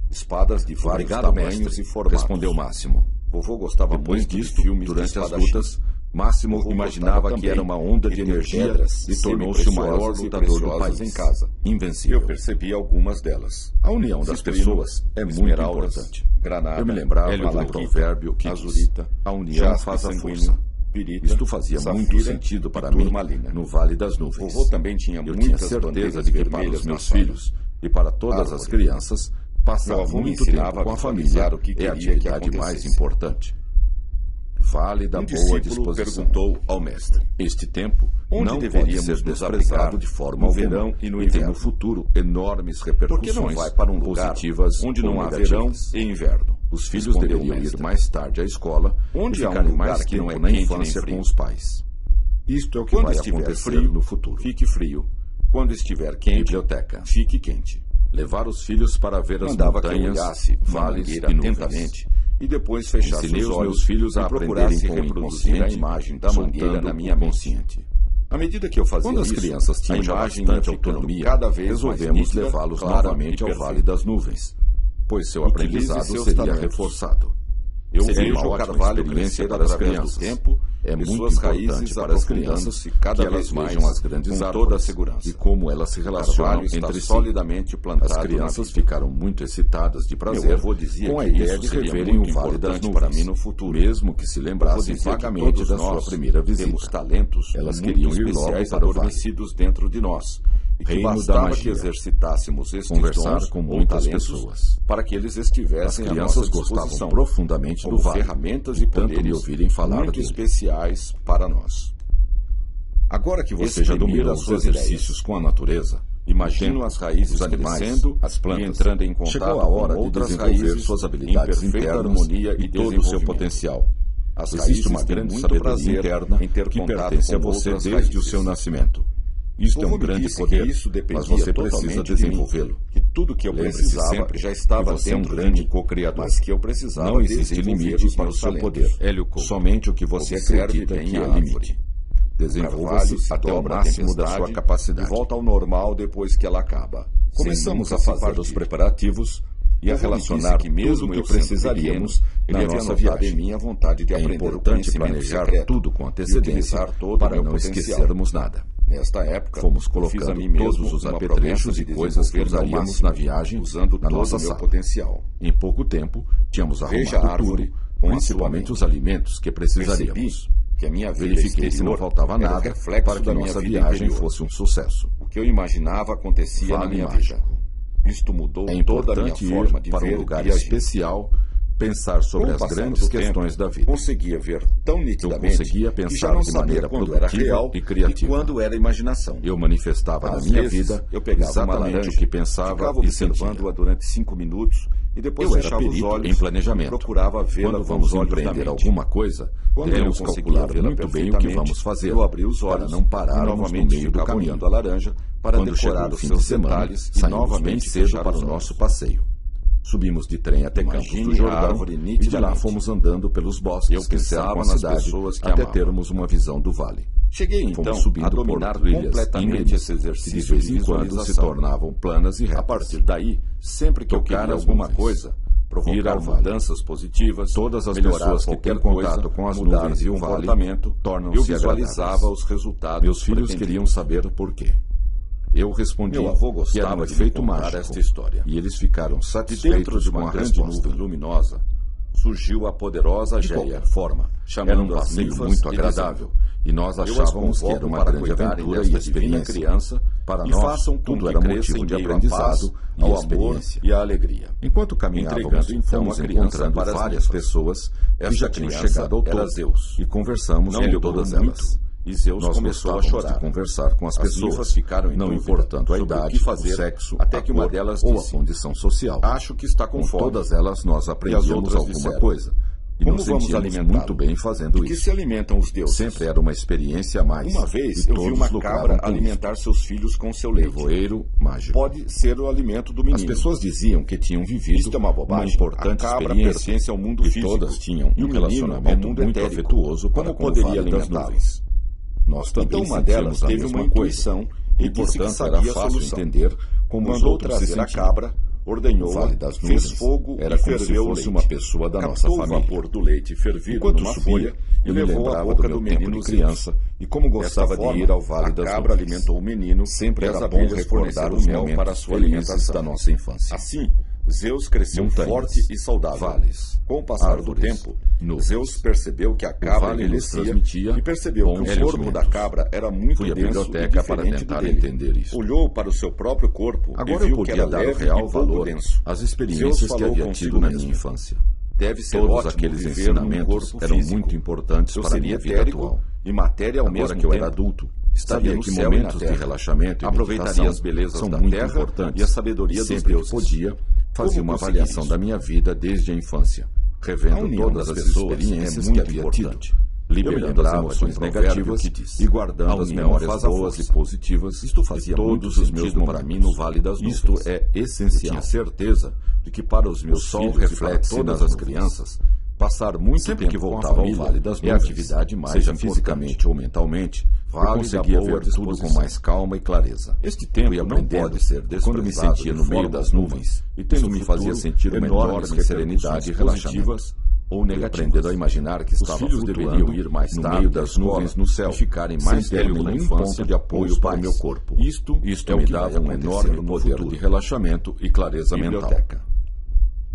Speaker 2: Espadas de vários
Speaker 1: Obrigado,
Speaker 2: tamanhos
Speaker 1: mestre,
Speaker 2: e formatos.
Speaker 1: respondeu Máximo.
Speaker 2: Vovô gostava
Speaker 1: Depois
Speaker 2: muito
Speaker 1: disto,
Speaker 2: de filmes de
Speaker 1: durante as
Speaker 2: espadachim.
Speaker 1: lutas, Máximo
Speaker 2: Vovô
Speaker 1: imaginava
Speaker 2: gostava
Speaker 1: que era
Speaker 2: também
Speaker 1: uma onda de
Speaker 2: de ter
Speaker 1: energia
Speaker 2: pedras
Speaker 1: e tornou-se o maior
Speaker 2: semipreciosas e
Speaker 1: lutador do
Speaker 2: preciosas
Speaker 1: país
Speaker 2: em casa.
Speaker 1: Invencível.
Speaker 2: Eu percebi algumas delas.
Speaker 1: A união das
Speaker 2: Citrino,
Speaker 1: pessoas é muito
Speaker 2: esmeraldas,
Speaker 1: importante.
Speaker 2: Granada,
Speaker 1: Eu me lembrava
Speaker 2: hélio
Speaker 1: do
Speaker 2: laquita,
Speaker 1: provérbio que
Speaker 2: azurita,
Speaker 1: diz, a união
Speaker 2: jaspe
Speaker 1: faz a
Speaker 2: sanguíneo,
Speaker 1: força.
Speaker 2: pirita,
Speaker 1: Isto fazia muito
Speaker 2: safira
Speaker 1: sentido
Speaker 2: e
Speaker 1: para mim
Speaker 2: turmalina.
Speaker 1: no Vale das Nuvens.
Speaker 2: Vovô também tinha
Speaker 1: Eu tinha
Speaker 2: muitas
Speaker 1: certeza
Speaker 2: bandeiras
Speaker 1: de que para
Speaker 2: vermelhas
Speaker 1: os meus
Speaker 2: na sala.
Speaker 1: filhos e para todas as
Speaker 2: Árvore.
Speaker 1: crianças,
Speaker 2: Meu
Speaker 1: passar
Speaker 2: avô me
Speaker 1: muito
Speaker 2: ensinava
Speaker 1: tempo com
Speaker 2: a
Speaker 1: a
Speaker 2: visualizar
Speaker 1: família
Speaker 2: o que
Speaker 1: é a
Speaker 2: queria que
Speaker 1: atividade mais
Speaker 2: acontecesse.
Speaker 1: importante. Vale da
Speaker 2: Um
Speaker 1: boa
Speaker 2: discípulo
Speaker 1: disposição.
Speaker 2: perguntou ao mestre.
Speaker 1: Este tempo
Speaker 2: Onde
Speaker 1: não
Speaker 2: deveríamos
Speaker 1: pode ser
Speaker 2: nos
Speaker 1: desprezado
Speaker 2: aplicar
Speaker 1: de forma
Speaker 2: no
Speaker 1: alguma
Speaker 2: verão e no
Speaker 1: tem
Speaker 2: inverno?
Speaker 1: no futuro enormes
Speaker 2: Por que
Speaker 1: repercussões
Speaker 2: não vai para um lugar
Speaker 1: positivas
Speaker 2: onde
Speaker 1: ou
Speaker 2: não há verão
Speaker 1: negativas.
Speaker 2: e inverno?
Speaker 1: Os filhos
Speaker 2: Respondeu o
Speaker 1: deveriam ir
Speaker 2: mestre.
Speaker 1: mais tarde à escola
Speaker 2: Onde
Speaker 1: e
Speaker 2: há um
Speaker 1: ficarem
Speaker 2: lugar
Speaker 1: mais
Speaker 2: que não
Speaker 1: tempo
Speaker 2: é
Speaker 1: na
Speaker 2: quente nem
Speaker 1: infância
Speaker 2: frio?
Speaker 1: com os pais. Isto é o que
Speaker 2: Quando
Speaker 1: vai
Speaker 2: estiver
Speaker 1: acontecer
Speaker 2: frio,
Speaker 1: no futuro.
Speaker 2: fique frio. Quando estiver quente,
Speaker 1: Biblioteca.
Speaker 2: fique quente.
Speaker 1: Levar os filhos para ver as
Speaker 2: Mandava que eu
Speaker 1: montanhas,
Speaker 2: olhasse uma
Speaker 1: vales
Speaker 2: mangueira
Speaker 1: e nuvens.
Speaker 2: atentamente e depois fechasse
Speaker 1: Ensinei
Speaker 2: os
Speaker 1: os
Speaker 2: olhos
Speaker 1: meus filhos a
Speaker 2: e
Speaker 1: aprenderem
Speaker 2: procurasse
Speaker 1: com o
Speaker 2: reproduzir a
Speaker 1: inconsciente,
Speaker 2: imagem da mangueira
Speaker 1: soltando
Speaker 2: na
Speaker 1: o
Speaker 2: minha
Speaker 1: consciente.
Speaker 2: mente. À medida que eu fazia
Speaker 1: Quando as
Speaker 2: isso,
Speaker 1: crianças
Speaker 2: a
Speaker 1: tinham já
Speaker 2: imagem ia
Speaker 1: bastante
Speaker 2: ficando
Speaker 1: autonomia,
Speaker 2: cada vez mais
Speaker 1: resolvemos
Speaker 2: nítida,
Speaker 1: levá-los
Speaker 2: clara
Speaker 1: novamente
Speaker 2: e
Speaker 1: ao
Speaker 2: perfeita.
Speaker 1: Vale das Nuvens, pois seu
Speaker 2: Utilize
Speaker 1: aprendizado
Speaker 2: seus
Speaker 1: seria
Speaker 2: talentos.
Speaker 1: reforçado.
Speaker 2: Eu
Speaker 1: Seria
Speaker 2: vejo
Speaker 1: uma
Speaker 2: o
Speaker 1: ótima
Speaker 2: carvalho
Speaker 1: experiência
Speaker 2: crescer
Speaker 1: para as
Speaker 2: através
Speaker 1: crianças.
Speaker 2: do tempo
Speaker 1: É
Speaker 2: e
Speaker 1: muito
Speaker 2: suas raízes
Speaker 1: importante para as crianças
Speaker 2: aprofundando-se cada
Speaker 1: que elas
Speaker 2: vez mais
Speaker 1: vejam as grandes
Speaker 2: com
Speaker 1: árvores
Speaker 2: toda a segurança.
Speaker 1: e como elas se
Speaker 2: O
Speaker 1: relacionam
Speaker 2: carvalho está
Speaker 1: entre si.
Speaker 2: solidamente plantado
Speaker 1: As
Speaker 2: na
Speaker 1: crianças
Speaker 2: vida.
Speaker 1: ficaram muito excitadas de prazer
Speaker 2: Meu avô dizia
Speaker 1: com a
Speaker 2: que
Speaker 1: ideia
Speaker 2: isso
Speaker 1: de
Speaker 2: seria
Speaker 1: reverem o
Speaker 2: muito
Speaker 1: Vale das
Speaker 2: importante
Speaker 1: Nuvens
Speaker 2: para mim no futuro.
Speaker 1: mesmo que se lembrassem
Speaker 2: dizia que
Speaker 1: vagamente
Speaker 2: todos
Speaker 1: da sua
Speaker 2: nós
Speaker 1: primeira
Speaker 2: Temos
Speaker 1: visita.
Speaker 2: talentos
Speaker 1: Elas
Speaker 2: muito
Speaker 1: queriam ir logo
Speaker 2: especiais
Speaker 1: para o vale.
Speaker 2: adormecidos dentro de nós. E que
Speaker 1: Reino da
Speaker 2: bastava
Speaker 1: magia.
Speaker 2: que exercitássemos estes
Speaker 1: Conversar
Speaker 2: dons
Speaker 1: com
Speaker 2: ou
Speaker 1: muitas
Speaker 2: talentos
Speaker 1: pessoas.
Speaker 2: para que eles
Speaker 1: As
Speaker 2: estivessem à
Speaker 1: crianças
Speaker 2: nossa
Speaker 1: gostavam
Speaker 2: disposição,
Speaker 1: profundamente do
Speaker 2: como
Speaker 1: Vale,
Speaker 2: ferramentas
Speaker 1: e
Speaker 2: e
Speaker 1: tanto me
Speaker 2: poderes
Speaker 1: ouvirem falar
Speaker 2: muito
Speaker 1: dele.
Speaker 2: especiais para nós.
Speaker 1: Agora que você já
Speaker 2: Exprimir
Speaker 1: domina
Speaker 2: as
Speaker 1: os
Speaker 2: suas
Speaker 1: exercícios com a natureza,
Speaker 2: Imagino
Speaker 1: tempo,
Speaker 2: as raízes
Speaker 1: os animais,
Speaker 2: crescendo,
Speaker 1: as plantas.
Speaker 2: e entrando em contato
Speaker 1: Chegou a hora
Speaker 2: com
Speaker 1: de
Speaker 2: outras
Speaker 1: desenvolver
Speaker 2: raízes
Speaker 1: suas habilidades
Speaker 2: em perfeita
Speaker 1: internas
Speaker 2: harmonia e,
Speaker 1: e todo o seu
Speaker 2: desenvolvimento.
Speaker 1: potencial.
Speaker 2: As raízes
Speaker 1: Existe uma
Speaker 2: têm
Speaker 1: grande
Speaker 2: muito
Speaker 1: sabedoria
Speaker 2: prazer
Speaker 1: interna
Speaker 2: em ter
Speaker 1: que
Speaker 2: contato
Speaker 1: pertence a
Speaker 2: com
Speaker 1: você
Speaker 2: outras
Speaker 1: desde o
Speaker 2: raízes.
Speaker 1: seu nascimento. Isto é um
Speaker 2: Povo me
Speaker 1: grande
Speaker 2: disse que
Speaker 1: poder,
Speaker 2: isso
Speaker 1: mas
Speaker 2: dependia
Speaker 1: você precisa
Speaker 2: totalmente de mim,
Speaker 1: desenvolvê-lo.
Speaker 2: Que tudo que eu
Speaker 1: Lembre-se
Speaker 2: precisava
Speaker 1: sempre
Speaker 2: já estava
Speaker 1: que você é um
Speaker 2: dentro de
Speaker 1: grande
Speaker 2: mim,
Speaker 1: co-criador.
Speaker 2: Mas que eu precisava
Speaker 1: Não existe
Speaker 2: desenvolver
Speaker 1: limite
Speaker 2: os
Speaker 1: para o
Speaker 2: meus
Speaker 1: seu
Speaker 2: talentos.
Speaker 1: poder.
Speaker 2: Hélio Couto.
Speaker 1: Somente o que você
Speaker 2: Observe
Speaker 1: acredita
Speaker 2: bem
Speaker 1: que
Speaker 2: a
Speaker 1: é
Speaker 2: árvore.
Speaker 1: limite.
Speaker 2: Desenvolva-se
Speaker 1: Desenvolva-se até o máximo da sua capacidade.
Speaker 2: E volta ao normal depois que ela acaba. sem
Speaker 1: Começamos a
Speaker 2: nunca se
Speaker 1: fazer
Speaker 2: partir.
Speaker 1: os preparativos e a
Speaker 2: Povo me disse
Speaker 1: relacionar
Speaker 2: que mesmo
Speaker 1: tudo o
Speaker 2: eu
Speaker 1: que
Speaker 2: sendo
Speaker 1: precisaríamos
Speaker 2: pequeno, ele
Speaker 1: na
Speaker 2: havia
Speaker 1: nossa
Speaker 2: notado
Speaker 1: viagem.
Speaker 2: em mim a vontade de
Speaker 1: É
Speaker 2: aprender
Speaker 1: importante
Speaker 2: o conhecimento
Speaker 1: planejar
Speaker 2: secreto
Speaker 1: tudo com
Speaker 2: e
Speaker 1: antecedência
Speaker 2: utilizar todo o
Speaker 1: para
Speaker 2: meu
Speaker 1: não
Speaker 2: potencial.
Speaker 1: esquecermos nada.
Speaker 2: Nesta época,
Speaker 1: Fomos
Speaker 2: fiz a
Speaker 1: colocando
Speaker 2: mim mesmo
Speaker 1: todos os
Speaker 2: uma
Speaker 1: apetrechos
Speaker 2: promessa
Speaker 1: e
Speaker 2: de
Speaker 1: coisas que
Speaker 2: desenvolver-me ao
Speaker 1: usaríamos
Speaker 2: máximo,
Speaker 1: na viagem
Speaker 2: usando
Speaker 1: na
Speaker 2: todo
Speaker 1: nossa
Speaker 2: o meu
Speaker 1: sala.
Speaker 2: potencial.
Speaker 1: Em pouco tempo, tínhamos arrumado
Speaker 2: Veja a árvore
Speaker 1: tudo,
Speaker 2: com a
Speaker 1: principalmente
Speaker 2: sua
Speaker 1: os alimentos que
Speaker 2: Percebi
Speaker 1: precisaríamos.
Speaker 2: que a minha vida
Speaker 1: Verifiquei se não
Speaker 2: exterior
Speaker 1: faltava
Speaker 2: era
Speaker 1: nada
Speaker 2: reflexo
Speaker 1: para que
Speaker 2: da minha
Speaker 1: nossa
Speaker 2: vida
Speaker 1: viagem
Speaker 2: interior.
Speaker 1: fosse um sucesso.
Speaker 2: O que eu imaginava acontecia na
Speaker 1: Vale
Speaker 2: minha
Speaker 1: mágico.
Speaker 2: vida. Isto mudou
Speaker 1: É
Speaker 2: toda a minha
Speaker 1: importante
Speaker 2: forma
Speaker 1: ir
Speaker 2: de
Speaker 1: para
Speaker 2: ver
Speaker 1: um lugar
Speaker 2: e agir.
Speaker 1: especial, pensar
Speaker 2: Com o
Speaker 1: sobre as
Speaker 2: passar
Speaker 1: grandes
Speaker 2: do tempo,
Speaker 1: questões da vida.
Speaker 2: Conseguia ver tão nitidamente
Speaker 1: conseguia
Speaker 2: que
Speaker 1: pensar
Speaker 2: já não
Speaker 1: de
Speaker 2: sabia
Speaker 1: maneira
Speaker 2: quando era
Speaker 1: produtiva
Speaker 2: real
Speaker 1: e criativa.
Speaker 2: e quando era imaginação.
Speaker 1: Eu manifestava
Speaker 2: Às
Speaker 1: na minha
Speaker 2: vezes,
Speaker 1: vida
Speaker 2: eu pegava uma
Speaker 1: exatamente
Speaker 2: laranja,
Speaker 1: o que pensava
Speaker 2: ficava
Speaker 1: e sentia.
Speaker 2: observando-a durante cinco minutos e depois
Speaker 1: Eu era
Speaker 2: fechava os
Speaker 1: perito
Speaker 2: olhos
Speaker 1: em planejamento.
Speaker 2: e procurava vê-la
Speaker 1: Quando
Speaker 2: com
Speaker 1: vamos
Speaker 2: os olhos da
Speaker 1: empreender
Speaker 2: mente.
Speaker 1: alguma coisa,
Speaker 2: Quando eu
Speaker 1: devemos
Speaker 2: não conseguia
Speaker 1: calcular
Speaker 2: vê-la
Speaker 1: muito bem o que
Speaker 2: perfeitamente,
Speaker 1: vamos fazer
Speaker 2: Eu abri os olhos
Speaker 1: para não
Speaker 2: e
Speaker 1: pararmos no
Speaker 2: novamente
Speaker 1: meio do
Speaker 2: ficava
Speaker 1: caminho.
Speaker 2: olhando a laranja para
Speaker 1: Quando chegou
Speaker 2: decorar
Speaker 1: o
Speaker 2: os
Speaker 1: fim de
Speaker 2: seus
Speaker 1: semana,
Speaker 2: detalhes e
Speaker 1: saímos bem
Speaker 2: novamente
Speaker 1: cedo
Speaker 2: fechar
Speaker 1: para
Speaker 2: os
Speaker 1: o
Speaker 2: olhos.
Speaker 1: nosso passeio. Subimos de trem até Campos do
Speaker 2: Imagine a
Speaker 1: Jordão
Speaker 2: árvore
Speaker 1: e de lá
Speaker 2: nitidamente.
Speaker 1: fomos andando pelos bosques
Speaker 2: Eu
Speaker 1: que cercam
Speaker 2: pensava
Speaker 1: a
Speaker 2: nas
Speaker 1: cidade
Speaker 2: pessoas que
Speaker 1: até
Speaker 2: amava.
Speaker 1: termos uma visão do vale.
Speaker 2: Cheguei então
Speaker 1: Fomos subindo
Speaker 2: a dominar
Speaker 1: por trilhas
Speaker 2: completamente
Speaker 1: íngremes
Speaker 2: esse
Speaker 1: que de
Speaker 2: exercício
Speaker 1: vez em quando se
Speaker 2: visualização.
Speaker 1: tornavam planas e retas.
Speaker 2: A partir daí, sempre que eu
Speaker 1: Tocar
Speaker 2: queria
Speaker 1: as
Speaker 2: alguma
Speaker 1: nuvens,
Speaker 2: coisa,
Speaker 1: ir
Speaker 2: provocar
Speaker 1: ao vale.
Speaker 2: mudanças positivas,
Speaker 1: Todas as
Speaker 2: melhorar
Speaker 1: pessoas que
Speaker 2: qualquer
Speaker 1: têm contato
Speaker 2: coisa,
Speaker 1: com as
Speaker 2: mudar
Speaker 1: nuvens e o vale
Speaker 2: comportamento,
Speaker 1: tornam-se
Speaker 2: eu visualizava
Speaker 1: agradáveis.
Speaker 2: os resultados.
Speaker 1: Meus filhos
Speaker 2: pretendidos.
Speaker 1: queriam saber por quê. Eu respondi
Speaker 2: Meu avô
Speaker 1: que
Speaker 2: gostava
Speaker 1: era um
Speaker 2: de
Speaker 1: efeito
Speaker 2: me contar
Speaker 1: mágico
Speaker 2: esta história.
Speaker 1: e eles ficaram
Speaker 2: De dentro
Speaker 1: satisfeitos
Speaker 2: de
Speaker 1: com
Speaker 2: uma
Speaker 1: a
Speaker 2: grande
Speaker 1: resposta.
Speaker 2: nuvem luminosa, surgiu a poderosa
Speaker 1: De
Speaker 2: Geia,
Speaker 1: qualquer forma,
Speaker 2: chamando
Speaker 1: era um
Speaker 2: as
Speaker 1: passeio
Speaker 2: ninfas
Speaker 1: muito
Speaker 2: e
Speaker 1: agradável e nós
Speaker 2: dizendo, Eu as
Speaker 1: achávamos que era
Speaker 2: convoco
Speaker 1: uma
Speaker 2: para
Speaker 1: grande
Speaker 2: cuidarem
Speaker 1: aventura e
Speaker 2: desta divina
Speaker 1: experiência.
Speaker 2: criança
Speaker 1: Para
Speaker 2: e
Speaker 1: nós,
Speaker 2: façam com
Speaker 1: tudo
Speaker 2: que
Speaker 1: era
Speaker 2: cresça
Speaker 1: motivo
Speaker 2: em
Speaker 1: de
Speaker 2: meio à paz,
Speaker 1: aprendizado e
Speaker 2: ao
Speaker 1: experiência.
Speaker 2: amor e à alegria.
Speaker 1: Enquanto caminhávamos,
Speaker 2: Entregando, então,
Speaker 1: fomos
Speaker 2: a criança
Speaker 1: encontrando
Speaker 2: para as
Speaker 1: várias
Speaker 2: ninfas.
Speaker 1: pessoas que
Speaker 2: Esta
Speaker 1: já tinham
Speaker 2: criança
Speaker 1: chegado ao
Speaker 2: era
Speaker 1: topo
Speaker 2: Zeus.
Speaker 1: e conversamos
Speaker 2: Não
Speaker 1: com
Speaker 2: durou
Speaker 1: todas
Speaker 2: muito,
Speaker 1: elas.
Speaker 2: e Zeus
Speaker 1: Nós
Speaker 2: começou a
Speaker 1: gostávamos
Speaker 2: chorar.
Speaker 1: de conversar com as,
Speaker 2: As
Speaker 1: pessoas,
Speaker 2: ninfas ficaram em
Speaker 1: não
Speaker 2: dúvida
Speaker 1: importando a
Speaker 2: sobre o
Speaker 1: idade,
Speaker 2: que fazer,
Speaker 1: o sexo,
Speaker 2: até
Speaker 1: a
Speaker 2: que uma
Speaker 1: cor
Speaker 2: delas
Speaker 1: ou
Speaker 2: disse,
Speaker 1: a condição social.
Speaker 2: Acho que está
Speaker 1: com
Speaker 2: com fome.
Speaker 1: todas elas nós aprendíamos
Speaker 2: outras
Speaker 1: alguma
Speaker 2: disseram,
Speaker 1: coisa e
Speaker 2: "Como
Speaker 1: nos
Speaker 2: vamos
Speaker 1: sentíamos
Speaker 2: alimentá-lo?"
Speaker 1: muito bem fazendo
Speaker 2: De que
Speaker 1: isso.
Speaker 2: se alimentam os deuses?
Speaker 1: Sempre era uma experiência a mais.
Speaker 2: Uma vez
Speaker 1: e
Speaker 2: eu vi
Speaker 1: todos
Speaker 2: uma
Speaker 1: lucravam
Speaker 2: cabra
Speaker 1: com isso.
Speaker 2: alimentar seus filhos com seu leite.
Speaker 1: Nevoeiro mágico.
Speaker 2: Pode ser o alimento do menino.
Speaker 1: As pessoas diziam que tinham vivido
Speaker 2: Isto é uma bobagem.
Speaker 1: importante
Speaker 2: a cabra
Speaker 1: experiência
Speaker 2: pertence ao mundo
Speaker 1: e
Speaker 2: físico.
Speaker 1: todas tinham
Speaker 2: e o
Speaker 1: um
Speaker 2: menino ao
Speaker 1: relacionamento
Speaker 2: mundo
Speaker 1: muito
Speaker 2: etérico.
Speaker 1: afetuoso para
Speaker 2: Como
Speaker 1: com o
Speaker 2: poderia
Speaker 1: vale das
Speaker 2: alimentá-los?
Speaker 1: Nós também
Speaker 2: Então uma
Speaker 1: sentíamos
Speaker 2: delas
Speaker 1: a
Speaker 2: teve
Speaker 1: mesma coisa.
Speaker 2: uma intuição e
Speaker 1: e
Speaker 2: disse que
Speaker 1: portanto era
Speaker 2: sabia a
Speaker 1: fácil
Speaker 2: solução.
Speaker 1: entender como os
Speaker 2: Mandou
Speaker 1: outros se
Speaker 2: trazer a
Speaker 1: sentiam.
Speaker 2: cabra, ordenhou,
Speaker 1: Vale das
Speaker 2: fez
Speaker 1: Nuvens
Speaker 2: fogo
Speaker 1: era
Speaker 2: e
Speaker 1: como
Speaker 2: ferveu
Speaker 1: se
Speaker 2: o
Speaker 1: fosse
Speaker 2: leite.
Speaker 1: uma pessoa da nossa
Speaker 2: Captou
Speaker 1: família.
Speaker 2: o vapor do leite fervido
Speaker 1: Enquanto
Speaker 2: numa
Speaker 1: subia,
Speaker 2: folha e
Speaker 1: eu me
Speaker 2: levou à
Speaker 1: lembrava do
Speaker 2: boca do,
Speaker 1: meu tempo
Speaker 2: menino
Speaker 1: de criança e como
Speaker 2: Desta
Speaker 1: gostava
Speaker 2: forma,
Speaker 1: de ir ao Vale das
Speaker 2: A cabra
Speaker 1: Nuvens.
Speaker 2: alimentou o menino
Speaker 1: Sempre
Speaker 2: e as
Speaker 1: era bom
Speaker 2: abelhas
Speaker 1: recordar
Speaker 2: forneceram
Speaker 1: os
Speaker 2: mel
Speaker 1: momentos
Speaker 2: para sua
Speaker 1: felizes
Speaker 2: alimentação.
Speaker 1: da nossa infância.
Speaker 2: Assim, Zeus cresceu
Speaker 1: Montanhas,
Speaker 2: forte e saudável.
Speaker 1: vales,
Speaker 2: Com o passar
Speaker 1: árvores,
Speaker 2: do tempo,
Speaker 1: nuvens.
Speaker 2: Zeus percebeu que a cabra
Speaker 1: vale nos transmitia
Speaker 2: envelhecia e percebeu
Speaker 1: bons
Speaker 2: que o corpo
Speaker 1: elementos.
Speaker 2: da cabra era muito
Speaker 1: Fui à
Speaker 2: denso
Speaker 1: biblioteca
Speaker 2: e
Speaker 1: para
Speaker 2: diferente
Speaker 1: tentar
Speaker 2: do dele.
Speaker 1: entender isso.
Speaker 2: Olhou para o seu próprio corpo
Speaker 1: Agora
Speaker 2: e
Speaker 1: Tipo, eu
Speaker 2: viu que
Speaker 1: podia
Speaker 2: era
Speaker 1: dar o
Speaker 2: leve e
Speaker 1: real
Speaker 2: pouco
Speaker 1: valor
Speaker 2: denso.
Speaker 1: às
Speaker 2: Zeus
Speaker 1: experiências que
Speaker 2: falou
Speaker 1: havia
Speaker 2: consigo
Speaker 1: tido na
Speaker 2: mesmo.
Speaker 1: minha infância.
Speaker 2: Deve ser
Speaker 1: Todos
Speaker 2: ótimo
Speaker 1: aqueles
Speaker 2: viver num
Speaker 1: ensinamentos
Speaker 2: corpo
Speaker 1: eram
Speaker 2: físico.
Speaker 1: muito importantes
Speaker 2: Eu
Speaker 1: para a
Speaker 2: seria
Speaker 1: minha vida
Speaker 2: etérico
Speaker 1: atual.
Speaker 2: e matéria ao
Speaker 1: Agora
Speaker 2: mesmo
Speaker 1: que eu era
Speaker 2: tempo.
Speaker 1: adulto,
Speaker 2: Estaria
Speaker 1: sabia
Speaker 2: no
Speaker 1: que
Speaker 2: céu e na
Speaker 1: momentos de
Speaker 2: terra.
Speaker 1: relaxamento e
Speaker 2: Aproveitaria
Speaker 1: meditação
Speaker 2: as belezas
Speaker 1: são
Speaker 2: da
Speaker 1: muito
Speaker 2: terra
Speaker 1: importantes.
Speaker 2: e a sabedoria dos
Speaker 1: Sempre que
Speaker 2: deuses.
Speaker 1: podia, fazia
Speaker 2: Como
Speaker 1: uma
Speaker 2: conseguir
Speaker 1: avaliação
Speaker 2: isso?
Speaker 1: da minha vida desde a infância,
Speaker 2: A
Speaker 1: revendo
Speaker 2: união
Speaker 1: todas
Speaker 2: das
Speaker 1: as
Speaker 2: pessoas
Speaker 1: experiências
Speaker 2: é muito
Speaker 1: que havia tido,
Speaker 2: importante. Eu me
Speaker 1: liberando as
Speaker 2: lembrava
Speaker 1: emoções
Speaker 2: de um provérbio
Speaker 1: negativas
Speaker 2: que diz,
Speaker 1: e
Speaker 2: "A
Speaker 1: guardando as
Speaker 2: união
Speaker 1: memórias
Speaker 2: faz a
Speaker 1: boas
Speaker 2: força".
Speaker 1: e positivas
Speaker 2: Isto
Speaker 1: de
Speaker 2: fazia
Speaker 1: todos
Speaker 2: muito
Speaker 1: os meus
Speaker 2: sentido
Speaker 1: momentos.
Speaker 2: para mim no Vale das Nuvens.
Speaker 1: Isto é
Speaker 2: Eu
Speaker 1: essencial.
Speaker 2: tinha
Speaker 1: certeza de que para os
Speaker 2: meus
Speaker 1: o sol
Speaker 2: filhos e para
Speaker 1: reflete
Speaker 2: todas
Speaker 1: todas
Speaker 2: as
Speaker 1: as crianças passar muito
Speaker 2: Sempre
Speaker 1: tempo
Speaker 2: que
Speaker 1: com a
Speaker 2: voltava ao
Speaker 1: família
Speaker 2: Vale das
Speaker 1: é a
Speaker 2: Nuvens,
Speaker 1: atividade mais
Speaker 2: seja
Speaker 1: fisicamente ou mentalmente
Speaker 2: Vale da
Speaker 1: eu conseguia
Speaker 2: boa
Speaker 1: ver tudo
Speaker 2: disposição.
Speaker 1: com mais calma e clareza.
Speaker 2: Este tempo
Speaker 1: Fui
Speaker 2: não
Speaker 1: aprendendo
Speaker 2: pode ser
Speaker 1: quando me
Speaker 2: desprezado
Speaker 1: sentia
Speaker 2: de
Speaker 1: no meio
Speaker 2: forma
Speaker 1: das
Speaker 2: alguma.
Speaker 1: nuvens
Speaker 2: E temos
Speaker 1: isso me
Speaker 2: no
Speaker 1: fazia
Speaker 2: futuro
Speaker 1: sentir uma
Speaker 2: enormes
Speaker 1: um enorme serenidade e
Speaker 2: repercussões
Speaker 1: relaxamento
Speaker 2: positivas
Speaker 1: ou
Speaker 2: negativas.
Speaker 1: aprendendo a imaginar que
Speaker 2: Os
Speaker 1: estava
Speaker 2: filhos
Speaker 1: flutuando
Speaker 2: deveriam ir mais
Speaker 1: no
Speaker 2: tarde
Speaker 1: meio
Speaker 2: à
Speaker 1: das
Speaker 2: escola
Speaker 1: nuvens no céu
Speaker 2: e ficarem
Speaker 1: sem
Speaker 2: mais
Speaker 1: ter
Speaker 2: tempo na
Speaker 1: nenhum
Speaker 2: infância
Speaker 1: ponto de apoio
Speaker 2: com os
Speaker 1: para
Speaker 2: pais.
Speaker 1: meu corpo
Speaker 2: Isto-
Speaker 1: isto
Speaker 2: é o
Speaker 1: me
Speaker 2: que vai
Speaker 1: dava um
Speaker 2: acontecer
Speaker 1: enorme
Speaker 2: no
Speaker 1: poder
Speaker 2: futuro.
Speaker 1: de relaxamento e clareza mental
Speaker 2: Biblioteca.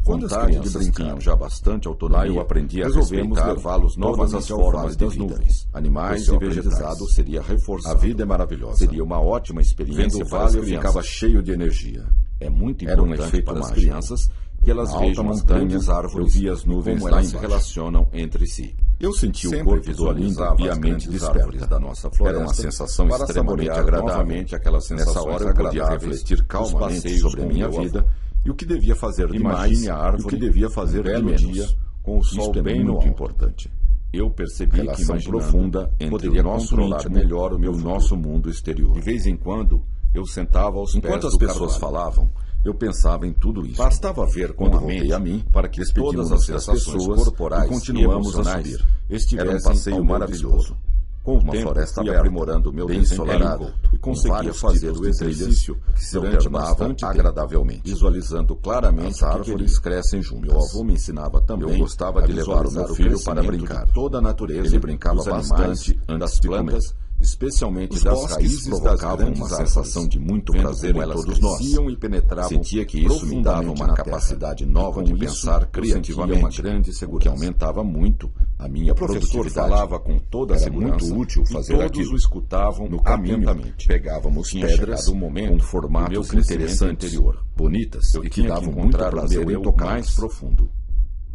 Speaker 2: Quando as
Speaker 1: vontade de
Speaker 2: crianças
Speaker 1: brincar.
Speaker 2: tinham já
Speaker 1: bastante autonomia, Lá eu aprendi a
Speaker 2: resolvemos
Speaker 1: respeitar
Speaker 2: levá-los novas
Speaker 1: todas as
Speaker 2: às
Speaker 1: formas
Speaker 2: formas
Speaker 1: das
Speaker 2: de vida.
Speaker 1: nuvens, animais
Speaker 2: Esse
Speaker 1: e
Speaker 2: aprendizado
Speaker 1: vegetais.
Speaker 2: seria reforçado.
Speaker 1: A vida é maravilhosa.
Speaker 2: Seria uma ótima experiência
Speaker 1: Vendo o
Speaker 2: para as
Speaker 1: vale, eu
Speaker 2: crianças.
Speaker 1: ficava cheio de energia.
Speaker 2: É muito
Speaker 1: Era um
Speaker 2: importante
Speaker 1: efeito
Speaker 2: para as
Speaker 1: mágico.
Speaker 2: crianças que elas
Speaker 1: Na
Speaker 2: vejam
Speaker 1: alta
Speaker 2: as
Speaker 1: montanha,
Speaker 2: grandes árvores
Speaker 1: eu via as
Speaker 2: e
Speaker 1: nuvens
Speaker 2: como
Speaker 1: lá
Speaker 2: elas se
Speaker 1: embaixo.
Speaker 2: relacionam entre si.
Speaker 1: Eu senti
Speaker 2: Sempre
Speaker 1: o corpo do Olindo
Speaker 2: visualizava
Speaker 1: e a
Speaker 2: as
Speaker 1: mente
Speaker 2: grandes árvores
Speaker 1: desperta.
Speaker 2: da nossa floresta
Speaker 1: Era uma sensação
Speaker 2: para
Speaker 1: extremamente
Speaker 2: saborear
Speaker 1: agradável.
Speaker 2: novamente aquelas
Speaker 1: Nessa
Speaker 2: sensações
Speaker 1: hora eu podia
Speaker 2: agradáveis
Speaker 1: refletir
Speaker 2: dos
Speaker 1: calmamente
Speaker 2: passeios
Speaker 1: sobre a
Speaker 2: com
Speaker 1: minha
Speaker 2: meu
Speaker 1: vida e o que devia fazer de
Speaker 2: Imagine
Speaker 1: mais
Speaker 2: a
Speaker 1: e o
Speaker 2: árvore
Speaker 1: que devia fazer
Speaker 2: um
Speaker 1: de
Speaker 2: belo
Speaker 1: menos.
Speaker 2: dia com o sol
Speaker 1: Isto é
Speaker 2: bem no
Speaker 1: muito
Speaker 2: alto.
Speaker 1: importante.
Speaker 2: Eu percebi que
Speaker 1: Relação
Speaker 2: imaginando,
Speaker 1: profunda entre
Speaker 2: poderia
Speaker 1: o nosso
Speaker 2: controlar
Speaker 1: íntimo
Speaker 2: melhor o meu
Speaker 1: e o
Speaker 2: futuro.
Speaker 1: nosso mundo exterior.
Speaker 2: De vez em quando, eu sentava aos
Speaker 1: Enquanto
Speaker 2: pés
Speaker 1: as
Speaker 2: do
Speaker 1: pessoas
Speaker 2: carvalho.
Speaker 1: falavam, eu pensava em tudo isso.
Speaker 2: Bastava ver com
Speaker 1: Quando
Speaker 2: a
Speaker 1: voltei
Speaker 2: mente
Speaker 1: a mim,
Speaker 2: para que
Speaker 1: despedimos
Speaker 2: todas as
Speaker 1: das
Speaker 2: sensações
Speaker 1: pessoas
Speaker 2: corporais
Speaker 1: e continuamos
Speaker 2: e
Speaker 1: a subir.
Speaker 2: Este
Speaker 1: Era um passeio maravilhoso.
Speaker 2: Com o
Speaker 1: Uma
Speaker 2: tempo,
Speaker 1: floresta
Speaker 2: fui
Speaker 1: aberta,
Speaker 2: aprimorando o meu
Speaker 1: bem
Speaker 2: desenho
Speaker 1: ensolarado,
Speaker 2: em Couto e
Speaker 1: com
Speaker 2: conseguia
Speaker 1: vários
Speaker 2: fazer
Speaker 1: tipos
Speaker 2: o
Speaker 1: de
Speaker 2: exercício
Speaker 1: trilhas que se
Speaker 2: durante
Speaker 1: alternavam
Speaker 2: bastante tempo,
Speaker 1: agradavelmente.
Speaker 2: visualizando claramente
Speaker 1: As
Speaker 2: o que
Speaker 1: árvores
Speaker 2: queria.
Speaker 1: crescem juntas.
Speaker 2: Meu avô me ensinava também.
Speaker 1: Eu gostava
Speaker 2: a
Speaker 1: de levar o meu
Speaker 2: visualizar
Speaker 1: filho para
Speaker 2: crescimento
Speaker 1: brincar.
Speaker 2: de toda a natureza,
Speaker 1: Ele brincava
Speaker 2: dos animais,
Speaker 1: bastante antes
Speaker 2: das
Speaker 1: de comer.
Speaker 2: plantas, especialmente
Speaker 1: Os
Speaker 2: das
Speaker 1: bosques
Speaker 2: raízes das
Speaker 1: provocavam
Speaker 2: grandes
Speaker 1: uma
Speaker 2: árvores.
Speaker 1: sensação de muito
Speaker 2: Vendo
Speaker 1: prazer
Speaker 2: como
Speaker 1: em
Speaker 2: elas
Speaker 1: todos nós.
Speaker 2: cresciam e penetravam
Speaker 1: Sentia que isso me dava
Speaker 2: profundamente
Speaker 1: uma
Speaker 2: na terra.
Speaker 1: capacidade
Speaker 2: E
Speaker 1: nova
Speaker 2: com
Speaker 1: de
Speaker 2: isso,
Speaker 1: pensar
Speaker 2: eu sentia
Speaker 1: criativamente,
Speaker 2: uma grande
Speaker 1: o que
Speaker 2: segurança.
Speaker 1: aumentava muito a minha
Speaker 2: O professor
Speaker 1: produtividade.
Speaker 2: falava com toda a
Speaker 1: Era
Speaker 2: segurança.
Speaker 1: muito útil fazer
Speaker 2: e todos
Speaker 1: aquilo.
Speaker 2: o escutavam
Speaker 1: No caminho,
Speaker 2: atentamente.
Speaker 1: pegávamos
Speaker 2: Tinha
Speaker 1: pedras
Speaker 2: chegado um momento
Speaker 1: com
Speaker 2: do meu
Speaker 1: formatos
Speaker 2: crescimento
Speaker 1: interessantes,
Speaker 2: interior.
Speaker 1: bonitas
Speaker 2: Eu
Speaker 1: e que
Speaker 2: tinha que
Speaker 1: davam muito
Speaker 2: encontrar o
Speaker 1: prazer
Speaker 2: meu eu
Speaker 1: em tocar.
Speaker 2: mais profundo.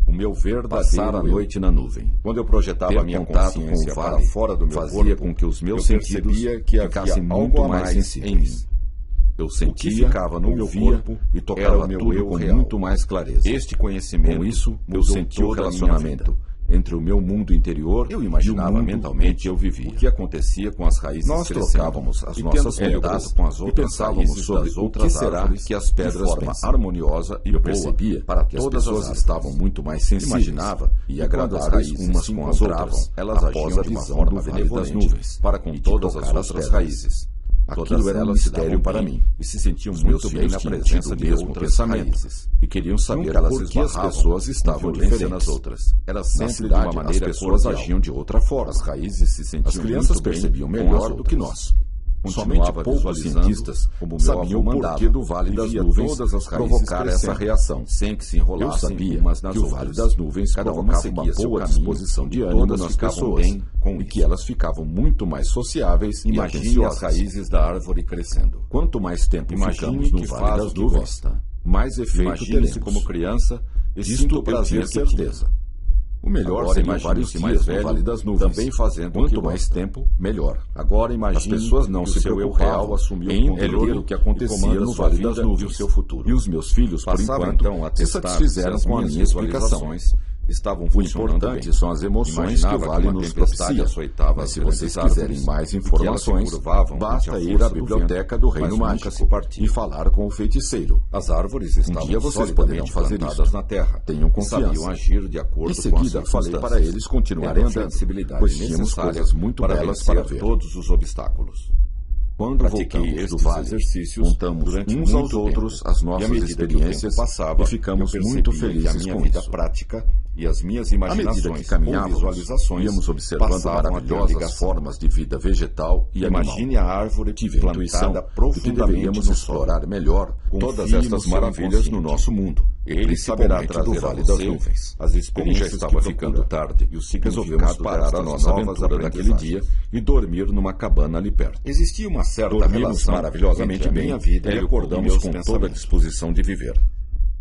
Speaker 2: O meu verdadeiro
Speaker 1: Passar a
Speaker 2: eu.
Speaker 1: noite na nuvem.
Speaker 2: Quando eu projetava
Speaker 1: Ter
Speaker 2: a minha
Speaker 1: contato
Speaker 2: consciência
Speaker 1: com o
Speaker 2: para
Speaker 1: vale
Speaker 2: fora do meu
Speaker 1: fazia
Speaker 2: corpo,
Speaker 1: com que os meus
Speaker 2: eu
Speaker 1: sentidos
Speaker 2: percebia que havia
Speaker 1: ficassem muito
Speaker 2: algo a
Speaker 1: mais
Speaker 2: mais em mim.
Speaker 1: sensíveis.
Speaker 2: Eu
Speaker 1: O que ficava no meu corpo e tocava tudo com muito mais clareza.
Speaker 2: Este conhecimento,
Speaker 1: com isso, eu
Speaker 2: mudou
Speaker 1: senti o
Speaker 2: toda a minha
Speaker 1: relacionamento entre o meu mundo interior
Speaker 2: Eu imaginava
Speaker 1: e o mundo
Speaker 2: mentalmente
Speaker 1: em que eu vivia.
Speaker 2: o que acontecia com as raízes
Speaker 1: Nós
Speaker 2: crescendo,
Speaker 1: trocávamos as
Speaker 2: e
Speaker 1: nossas
Speaker 2: tendo
Speaker 1: pedras
Speaker 2: contato com as
Speaker 1: e
Speaker 2: outras
Speaker 1: pensávamos
Speaker 2: raízes
Speaker 1: sobre
Speaker 2: das
Speaker 1: o que
Speaker 2: outras
Speaker 1: será
Speaker 2: árvores
Speaker 1: que as pedras
Speaker 2: de forma
Speaker 1: pensam.
Speaker 2: harmoniosa e
Speaker 1: Eu
Speaker 2: boa
Speaker 1: percebia
Speaker 2: para
Speaker 1: que as
Speaker 2: todas
Speaker 1: pessoas
Speaker 2: as
Speaker 1: estavam muito mais sensíveis
Speaker 2: Imaginava
Speaker 1: e
Speaker 2: que quando as
Speaker 1: agradáveis
Speaker 2: raízes
Speaker 1: umas
Speaker 2: se
Speaker 1: com as outras,
Speaker 2: encontravam, elas
Speaker 1: após a
Speaker 2: agiam de uma
Speaker 1: visão
Speaker 2: forma
Speaker 1: do vale das
Speaker 2: benevolente
Speaker 1: nuvens
Speaker 2: para com
Speaker 1: e de
Speaker 2: todas
Speaker 1: tocar
Speaker 2: as outras
Speaker 1: pedras.
Speaker 2: raízes.
Speaker 1: Aquilo
Speaker 2: Todas
Speaker 1: era um
Speaker 2: elas se
Speaker 1: mistério
Speaker 2: davam
Speaker 1: para
Speaker 2: bem
Speaker 1: mim.
Speaker 2: e se sentiam
Speaker 1: Os meus
Speaker 2: muito bem
Speaker 1: filhos
Speaker 2: na
Speaker 1: tinham
Speaker 2: presença
Speaker 1: tido
Speaker 2: de
Speaker 1: o mesmo
Speaker 2: outras
Speaker 1: pensamento
Speaker 2: raízes
Speaker 1: e queriam saber
Speaker 2: Nunca elas
Speaker 1: por que as
Speaker 2: esbarravam
Speaker 1: pessoas
Speaker 2: em
Speaker 1: estavam
Speaker 2: violência
Speaker 1: diferentes
Speaker 2: nas outras. Era sempre
Speaker 1: na
Speaker 2: de
Speaker 1: cidade,
Speaker 2: uma maneira
Speaker 1: as pessoas
Speaker 2: cordial.
Speaker 1: agiam de outra forma.
Speaker 2: As raízes se sentiam
Speaker 1: As crianças
Speaker 2: muito bem
Speaker 1: percebiam
Speaker 2: com as
Speaker 1: melhor do que
Speaker 2: outras.
Speaker 1: nós. Somente
Speaker 2: Continuava
Speaker 1: poucos
Speaker 2: visualizando
Speaker 1: cientistas
Speaker 2: como meu
Speaker 1: sabiam
Speaker 2: avô
Speaker 1: o porquê
Speaker 2: mandava
Speaker 1: do Vale
Speaker 2: e
Speaker 1: das
Speaker 2: via
Speaker 1: Nuvens
Speaker 2: todas as raízes
Speaker 1: provocar essa
Speaker 2: crescendo,
Speaker 1: reação.
Speaker 2: sem que se
Speaker 1: Eu
Speaker 2: enrolassem
Speaker 1: sabia
Speaker 2: umas nas
Speaker 1: que o
Speaker 2: outras.
Speaker 1: Vale das Nuvens
Speaker 2: Cada uma
Speaker 1: provocava uma
Speaker 2: seguia seu
Speaker 1: boa
Speaker 2: caminho,
Speaker 1: disposição de
Speaker 2: e
Speaker 1: ânimo
Speaker 2: todas
Speaker 1: nas
Speaker 2: ficavam
Speaker 1: pessoas
Speaker 2: bem com
Speaker 1: e
Speaker 2: isso.
Speaker 1: que elas ficavam muito mais sociáveis e
Speaker 2: Imagine as
Speaker 1: atenciosas.
Speaker 2: raízes da árvore crescendo.
Speaker 1: Quanto mais tempo
Speaker 2: Imagine
Speaker 1: ficamos no
Speaker 2: que
Speaker 1: Vale
Speaker 2: faz
Speaker 1: das
Speaker 2: o que
Speaker 1: Nuvens,
Speaker 2: gosta.
Speaker 1: mais efeito teremos.
Speaker 2: Imagine-se como criança e
Speaker 1: Isto
Speaker 2: sinta o
Speaker 1: eu
Speaker 2: prazer
Speaker 1: tinha
Speaker 2: que certeza.
Speaker 1: certeza. O melhor
Speaker 2: Agora
Speaker 1: seriam
Speaker 2: imagine
Speaker 1: vários
Speaker 2: se
Speaker 1: dias
Speaker 2: mais
Speaker 1: no
Speaker 2: velho,
Speaker 1: Vale das Nuvens.
Speaker 2: também fazendo o
Speaker 1: Quanto
Speaker 2: que
Speaker 1: mais
Speaker 2: gosta.
Speaker 1: tempo, melhor.
Speaker 2: Agora
Speaker 1: As
Speaker 2: imagine
Speaker 1: pessoas não
Speaker 2: que
Speaker 1: se
Speaker 2: o seu eu
Speaker 1: preocupavam
Speaker 2: real assumiu
Speaker 1: em
Speaker 2: o controle
Speaker 1: entender o que acontecia no Vale das Nuvens
Speaker 2: e o seu futuro.
Speaker 1: E os meus filhos, por
Speaker 2: Passavam,
Speaker 1: enquanto,
Speaker 2: então, a
Speaker 1: se
Speaker 2: testar
Speaker 1: satisfizeram
Speaker 2: se as
Speaker 1: com a
Speaker 2: minhas
Speaker 1: minha explicação.
Speaker 2: visualizações estavam
Speaker 1: O
Speaker 2: funcionando bem.
Speaker 1: importante são as emoções que o
Speaker 2: Imaginava
Speaker 1: Vale
Speaker 2: uma
Speaker 1: nos
Speaker 2: tempestade
Speaker 1: propicia.
Speaker 2: açoitava
Speaker 1: Mas
Speaker 2: as
Speaker 1: se vocês
Speaker 2: grandes árvores
Speaker 1: quiserem mais
Speaker 2: e que elas
Speaker 1: informações,
Speaker 2: se curvavam
Speaker 1: basta
Speaker 2: ante a
Speaker 1: ir à
Speaker 2: força do
Speaker 1: Biblioteca
Speaker 2: vento,
Speaker 1: do Reino
Speaker 2: mas nunca se
Speaker 1: Mágico
Speaker 2: partiam.
Speaker 1: e falar com o feiticeiro.
Speaker 2: As árvores estavam
Speaker 1: Um dia vocês
Speaker 2: solidamente
Speaker 1: poderão fazer
Speaker 2: plantadas
Speaker 1: isso.
Speaker 2: na terra.
Speaker 1: Tenham confiança.
Speaker 2: E sabiam agir de
Speaker 1: Em
Speaker 2: acordo com
Speaker 1: seguida,
Speaker 2: as
Speaker 1: falei para
Speaker 2: circunstâncias.
Speaker 1: eles continuarem
Speaker 2: Era a
Speaker 1: andando,
Speaker 2: flexibilidade
Speaker 1: pois tínhamos
Speaker 2: necessária
Speaker 1: coisas muito
Speaker 2: para
Speaker 1: belas
Speaker 2: vencer
Speaker 1: para ver.
Speaker 2: todos os obstáculos.
Speaker 1: Quando
Speaker 2: Pratiquei
Speaker 1: voltamos do
Speaker 2: estes
Speaker 1: vale,
Speaker 2: exercícios
Speaker 1: contamos
Speaker 2: durante
Speaker 1: uns
Speaker 2: muito
Speaker 1: aos
Speaker 2: tempo.
Speaker 1: outros as
Speaker 2: E à
Speaker 1: nossas
Speaker 2: medida que o tempo
Speaker 1: experiências
Speaker 2: passava,
Speaker 1: e ficamos
Speaker 2: eu percebia
Speaker 1: muito
Speaker 2: que a
Speaker 1: felizes
Speaker 2: minha
Speaker 1: com
Speaker 2: vida
Speaker 1: isso.
Speaker 2: prática e as minhas
Speaker 1: À medida que
Speaker 2: imaginações ou
Speaker 1: caminhávamos,
Speaker 2: visualizações
Speaker 1: íamos observando
Speaker 2: passavam a ter
Speaker 1: maravilhosas
Speaker 2: ligação.
Speaker 1: formas de vida vegetal e animal.
Speaker 2: Imagine a árvore
Speaker 1: Tive a intuição
Speaker 2: plantada
Speaker 1: de que
Speaker 2: profundamente
Speaker 1: deveríamos
Speaker 2: no solo.
Speaker 1: explorar melhor
Speaker 2: todas
Speaker 1: Confie no
Speaker 2: estas
Speaker 1: seu
Speaker 2: maravilhas
Speaker 1: inconsciente.
Speaker 2: no nosso mundo.
Speaker 1: Ele
Speaker 2: Ele
Speaker 1: saberá
Speaker 2: saberá
Speaker 1: trazer
Speaker 2: do
Speaker 1: a
Speaker 2: vale
Speaker 1: você
Speaker 2: das nuvens. As experiências
Speaker 1: já
Speaker 2: que
Speaker 1: estava
Speaker 2: procura.
Speaker 1: ficando tarde
Speaker 2: e o
Speaker 1: resolvemos
Speaker 2: significado
Speaker 1: parar a
Speaker 2: destas
Speaker 1: nossa
Speaker 2: novas
Speaker 1: aventura daquele dia
Speaker 2: aprendizagens.
Speaker 1: e dormir numa cabana ali perto.
Speaker 2: Existia uma certa
Speaker 1: Dormimos
Speaker 2: relação
Speaker 1: maravilhosamente
Speaker 2: entre a
Speaker 1: bem
Speaker 2: minha vida
Speaker 1: e
Speaker 2: e
Speaker 1: acordamos
Speaker 2: meus
Speaker 1: com toda a
Speaker 2: pensamentos.
Speaker 1: disposição de viver.